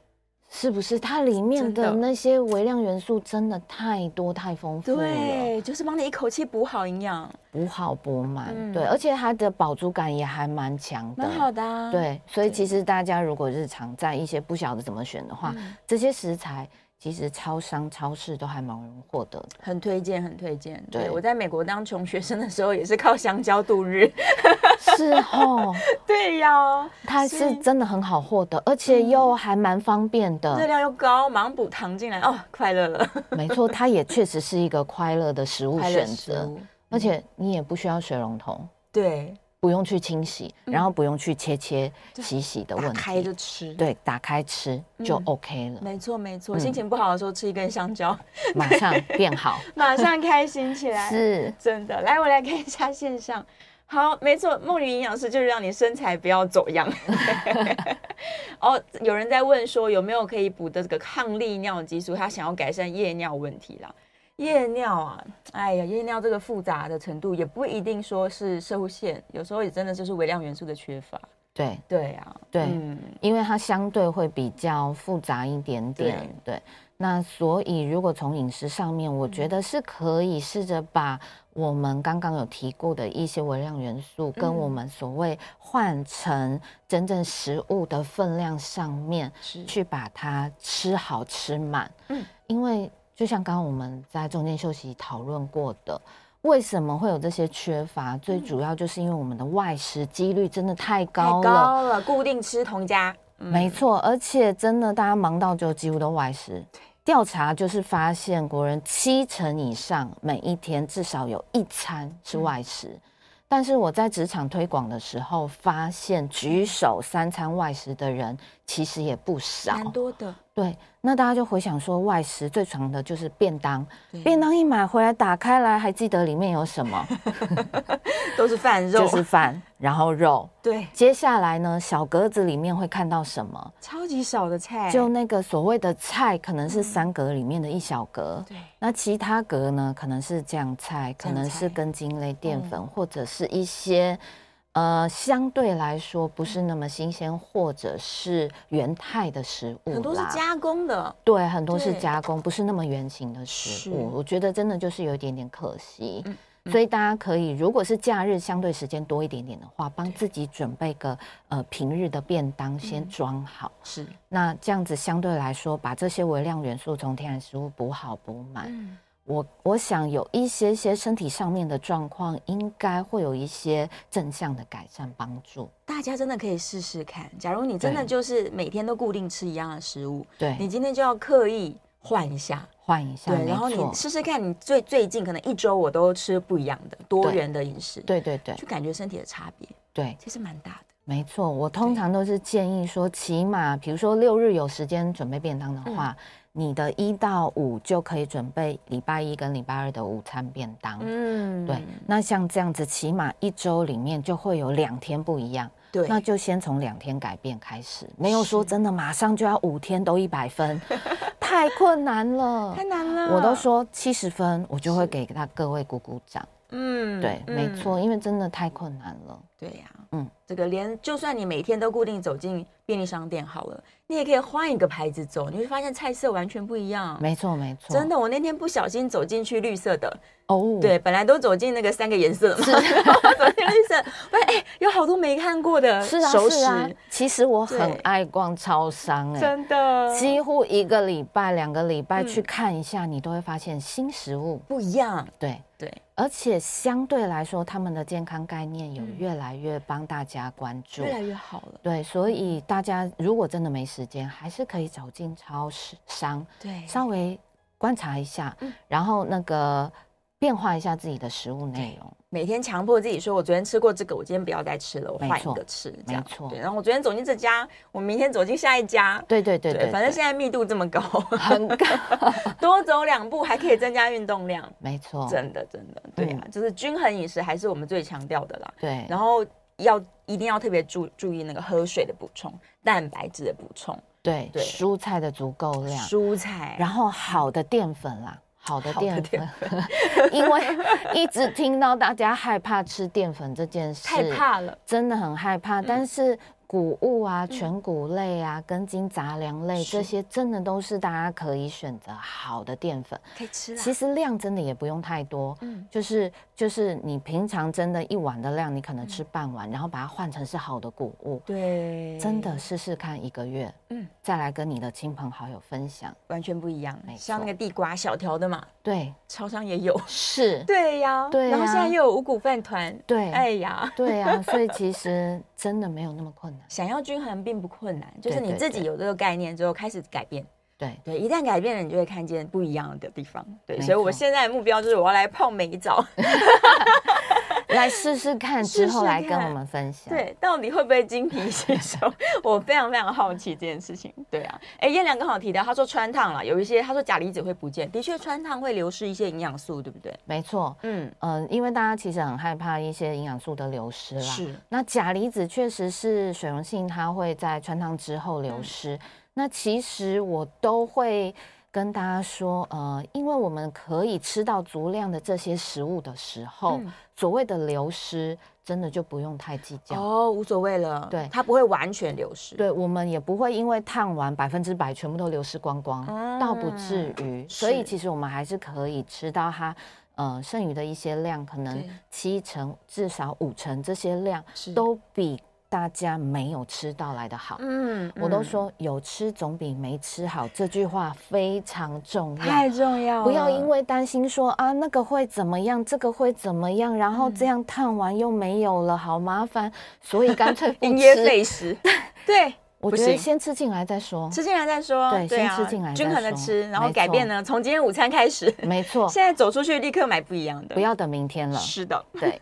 Speaker 4: 是不是它里面
Speaker 3: 真的
Speaker 4: 的那些微量元素真的太多太丰富了，
Speaker 3: 对，就是帮你一口气补好营养，
Speaker 4: 补好补满，
Speaker 3: 嗯
Speaker 4: 对，而且它的饱足感也还蛮强的，
Speaker 3: 蛮好的、啊。，
Speaker 4: 对，所以其实大家如果日常在一些不晓得怎么选的话，
Speaker 3: 嗯
Speaker 4: 这些食材其实超商、超市都还蛮容易获
Speaker 3: [laughs]
Speaker 4: 得的。
Speaker 3: 很推荐，很推荐。对
Speaker 4: 对
Speaker 3: 我在美国当穷学生的时候，也是靠香蕉度日。 [laughs]
Speaker 4: 是哦，
Speaker 3: 对呀、
Speaker 4: 它
Speaker 3: 所
Speaker 4: 是
Speaker 3: 以
Speaker 4: 真的很好获得，而且又还蛮方便
Speaker 3: 热
Speaker 4: 的。
Speaker 3: 量又高，马上补糖进来，哦，快乐了，
Speaker 4: 没错，它也确实是一个快乐的食
Speaker 3: [laughs]
Speaker 4: 物
Speaker 3: 快乐
Speaker 4: 选
Speaker 3: 食
Speaker 4: 择，
Speaker 3: 物。
Speaker 4: 而且你也不需要水龙头，
Speaker 3: 对，
Speaker 4: 不用去清洗，然后不用去切切洗洗的
Speaker 3: 嗯打
Speaker 4: 问
Speaker 3: 开
Speaker 4: 题。
Speaker 3: 就吃。，
Speaker 4: 对，打开吃就
Speaker 3: 嗯
Speaker 4: OK
Speaker 3: [laughs]
Speaker 4: 了，
Speaker 3: 没错没错，
Speaker 4: 嗯
Speaker 3: 心情不好的时候吃一根香蕉， [laughs]
Speaker 4: 马上变好。
Speaker 3: 马上开心起来。
Speaker 4: [laughs] 是，
Speaker 3: 真的，来我来看一下线上。好，没错，梦云营养师就是让你身材不要走
Speaker 4: [laughs]
Speaker 3: 样。 [laughs] 哦，有人在问说有没有可以补的这个抗利尿激素，他想要改善夜尿问题啦。夜尿啊，哎呀，夜尿这个复杂的程度也不一定说是射护腺，有时候也真的就是微量元素的缺乏。
Speaker 4: 对
Speaker 3: 对啊，
Speaker 4: 对。
Speaker 3: 嗯，
Speaker 4: 因为它相对会比较复杂一点点，对。那所以，如果从饮食上面，我觉得是可以试着把我们刚刚有提过的一些微量元素，跟我们所谓换成真正食物的分量上面，
Speaker 3: 是
Speaker 4: 去把它吃好吃满。
Speaker 3: 嗯
Speaker 4: 嗯，因为就像刚刚我们在中间休息讨论过的，为什么会有这些缺乏？最主要就是因为我们的外食几率真的嗯太
Speaker 3: 太
Speaker 4: 高了，
Speaker 3: 高了，固定吃同一家，嗯
Speaker 4: 没错，而且真的大家忙到就几乎都外食。调查就是发现，国人七成以上每一天至少有一餐是
Speaker 3: 嗯
Speaker 4: 外食。但是我在职场推广的时候，发现举手三餐外食的人其实也不少。
Speaker 3: 蛮多的，
Speaker 4: 对，那大家就回想说，外食最常的就是便当
Speaker 3: 对，
Speaker 4: 便当一买回来打开来，还记得里面有什么？
Speaker 3: 都是饭 [laughs] 肉，
Speaker 4: 就是饭，然后肉。
Speaker 3: [laughs] 对，
Speaker 4: 接下来呢，小格子里面会看到什么？
Speaker 3: 超级少的菜，
Speaker 4: 就那个所谓的菜，可能是三格里面的一小格。
Speaker 3: 嗯对。
Speaker 4: 那其他格呢？可能是酱菜，可
Speaker 3: 酱
Speaker 4: 能
Speaker 3: 菜
Speaker 4: 是根茎类淀粉，或者是一些呃相对来说不是那么新鲜，或者是原态的食物啦。
Speaker 3: 很多是加工的，
Speaker 4: 对，很多是
Speaker 3: 对
Speaker 4: 加工，不是那么原型的
Speaker 3: 是
Speaker 4: 食物。我觉得真的就是有一点点可惜。
Speaker 3: 嗯
Speaker 4: 所以大家可以，如果是假日相对时间多一点点的话，帮自己准备个呃平日的便当，
Speaker 3: 嗯
Speaker 4: 先装好。
Speaker 3: 是，
Speaker 4: 那这样子相对来说，把这些微量元素从天然食物补好补满，
Speaker 3: 嗯，
Speaker 4: 我我想有一些些身体上面的状况，应该会有一些正向的改善帮助。
Speaker 3: 大家真的可以试试看。假如你真的
Speaker 4: 对
Speaker 3: 就是每天都固定吃一样的食物，你
Speaker 4: 对，
Speaker 3: 今天就要刻意换一下，
Speaker 4: 换一下，
Speaker 3: 对，
Speaker 4: 没
Speaker 3: 然后你
Speaker 4: 错，
Speaker 3: 试试看，你最最近可能一周我都吃不一样的多
Speaker 4: 对
Speaker 3: 元的饮食，，
Speaker 4: 对对对
Speaker 3: 就感觉身体的差别
Speaker 4: 对，
Speaker 3: 其实蛮大的。
Speaker 4: 没错。我通
Speaker 3: 对
Speaker 4: 常都是建议说，起码比如说六日有时间准备便当的话，
Speaker 3: 嗯
Speaker 4: 你的一到五就可以准备礼拜一跟礼拜二的午餐便当。
Speaker 3: 嗯，
Speaker 4: 对，那像这样子，起码一周里面就会有两天不一样。
Speaker 3: 对，
Speaker 4: 那就先从两天改变开始，没有说
Speaker 3: 是
Speaker 4: 真的马上就要五天都一百分，太困难了
Speaker 3: [laughs] 太。难了。
Speaker 4: 我都，说七十分，我就是会给他各位鼓鼓掌。
Speaker 3: 嗯
Speaker 4: 对，没
Speaker 3: 嗯
Speaker 4: 错，因为真的太困难了。
Speaker 3: 对呀、嗯
Speaker 4: 嗯，
Speaker 3: 这个连就算你每天都固定走进便利商店好了，你也可以换一个牌子走，你会发现菜色完全不一样。
Speaker 4: 没错，没错，
Speaker 3: 嗯真的，我那天不小心走进去绿色的，
Speaker 4: 哦。
Speaker 3: 对，本来都走进那个三个颜色嘛，然后走进绿
Speaker 4: [laughs]
Speaker 3: 色，发现哎，有好多没看过的
Speaker 4: 是啊，
Speaker 3: 熟食，
Speaker 4: 是啊。其实我
Speaker 3: 对
Speaker 4: 很爱逛超商，哎，
Speaker 3: 真的
Speaker 4: 几乎一个礼拜、两个礼拜
Speaker 3: 嗯
Speaker 4: 去看一下，你都会发现新食物。
Speaker 3: 不一样。
Speaker 4: 对，
Speaker 3: 对，
Speaker 4: 而且相对来说，他们的健康概念
Speaker 3: 嗯
Speaker 4: 有越来越帮大家关注。
Speaker 3: 越来越好了。
Speaker 4: 对，所以大家如果真的没时间，还是可以走进超市商，
Speaker 3: 对，
Speaker 4: 稍微观察一下，
Speaker 3: 嗯
Speaker 4: 然后那个变化一下自己的食物内容。
Speaker 3: 每天强迫自己说，我昨天吃过这个，我今天不要再吃了，我换
Speaker 4: 没
Speaker 3: 一
Speaker 4: 错
Speaker 3: 个吃，这样
Speaker 4: 没错
Speaker 3: 对，然后我昨天走进这家，我明天走进下一家。
Speaker 4: 对对对对，
Speaker 3: 反正
Speaker 4: 对
Speaker 3: 现在密度这么高，
Speaker 4: 很高，
Speaker 3: [laughs] 多走两步还可以增加运动量，
Speaker 4: 没错，
Speaker 3: 真的真的，对啊，就是均衡饮食还是我们最强调的啦。
Speaker 4: 嗯对，
Speaker 3: 然后要一定要特别注注意那个喝水的补充、蛋白质的补充、
Speaker 4: 对
Speaker 3: 对
Speaker 4: 蔬菜的足够量，
Speaker 3: 蔬菜，
Speaker 4: 啊然
Speaker 3: 后
Speaker 4: 后好的淀粉啦。好的
Speaker 3: 好的
Speaker 4: 淀
Speaker 3: 淀
Speaker 4: 粉， [laughs] 因为一直听到大家害怕吃淀粉这件事，
Speaker 3: [laughs] 太怕了，嗯
Speaker 4: 真的很害怕，但是谷物啊、全谷类啊、根茎杂粮类
Speaker 3: 是
Speaker 4: 这些，真的都是大家可以选择好的淀粉。
Speaker 3: 可以吃啦。
Speaker 4: 其实量真的也不用太多，
Speaker 3: 啊嗯
Speaker 4: 就是就是你平常真的一碗的量，你可能吃半碗，然后把它换成是好的谷物。
Speaker 3: 嗯对，
Speaker 4: 真的试试看一个月，
Speaker 3: 嗯
Speaker 4: 嗯，再来跟你的亲朋好友分享。
Speaker 3: 完全不一样
Speaker 4: 没。错
Speaker 3: 像那个地瓜小条的嘛，
Speaker 4: 对，
Speaker 3: 超商也有。 [laughs]
Speaker 4: 是，
Speaker 3: 对呀，
Speaker 4: 对
Speaker 3: 然后
Speaker 4: 呀
Speaker 3: 现在又有五谷饭团。
Speaker 4: 对
Speaker 3: 哎呀，
Speaker 4: 对啊，所以其实真的没有那么困难。
Speaker 3: 想要均衡并不困难，就是
Speaker 4: 对
Speaker 3: 你
Speaker 4: 对
Speaker 3: 自己
Speaker 4: 对
Speaker 3: 有这个概念之后开始改变。 [laughs]
Speaker 4: 对，
Speaker 3: 对，一旦改变了，你就会看见不一样的地方。对，
Speaker 4: 没
Speaker 3: 所以我
Speaker 4: 错
Speaker 3: 现在的目标就是我要来泡美澡。
Speaker 4: 来试试看，
Speaker 3: 试
Speaker 4: 之
Speaker 3: 试
Speaker 4: 后来跟
Speaker 3: 看
Speaker 4: 我们分享。，
Speaker 3: 对，到底会不会精疲吸收？ [laughs] 我非常非常好奇这件事情。对啊，哎，燕良刚好提到，他说穿烫了，有一些他说钾离子会不见，的确穿烫会流失一些营养素，对不对？
Speaker 4: 没错。
Speaker 3: 嗯，
Speaker 4: 嗯，因为大家其实很害怕一些营养素的流失啦。
Speaker 3: 是
Speaker 4: 那钾离子确实是水溶性，它会在穿烫之后
Speaker 3: 嗯
Speaker 4: 流失。那其实我都会跟大家说，呃，因为我们可以吃到足量的这些食物的时候，
Speaker 3: 嗯
Speaker 4: 所谓的流失，真的就不用太计较。
Speaker 3: 哦，无所谓了，
Speaker 4: 对
Speaker 3: 它不会完全流失。，
Speaker 4: 对，我们也不会因为烫完百分之百全部都流失光光，倒不至于。所以
Speaker 3: 啊是
Speaker 4: 其实我们还是可以吃到它，呃，剩余的一些量，可能
Speaker 3: 对
Speaker 4: 七成至少五成这些量
Speaker 3: 是，
Speaker 4: 都比大家没有吃到来的好。
Speaker 3: 嗯
Speaker 4: 我都
Speaker 3: 嗯
Speaker 4: 说有吃总比没吃好，这句话非常重要。
Speaker 3: 太重要了，
Speaker 4: 不要因为担心说啊那个会怎么样，这个会怎么样，然后
Speaker 3: 嗯
Speaker 4: 这样烫完又没有了，好麻烦，所以
Speaker 3: [laughs]
Speaker 4: 干脆不
Speaker 3: 因噎
Speaker 4: 吃
Speaker 3: 废食。对，
Speaker 4: 我
Speaker 3: 不
Speaker 4: 觉得
Speaker 3: 行
Speaker 4: 先吃进来再说，
Speaker 3: 吃进来再说。啊
Speaker 4: 对先吃进来再
Speaker 3: 均衡的
Speaker 4: 说
Speaker 3: 吃，然后
Speaker 4: 没
Speaker 3: 改变
Speaker 4: 错
Speaker 3: 呢，从今天午餐开始。 [laughs]
Speaker 4: 没错，
Speaker 3: 现在走出去立刻买不一样的，
Speaker 4: 不要等明天了。
Speaker 3: 是的，
Speaker 4: 对，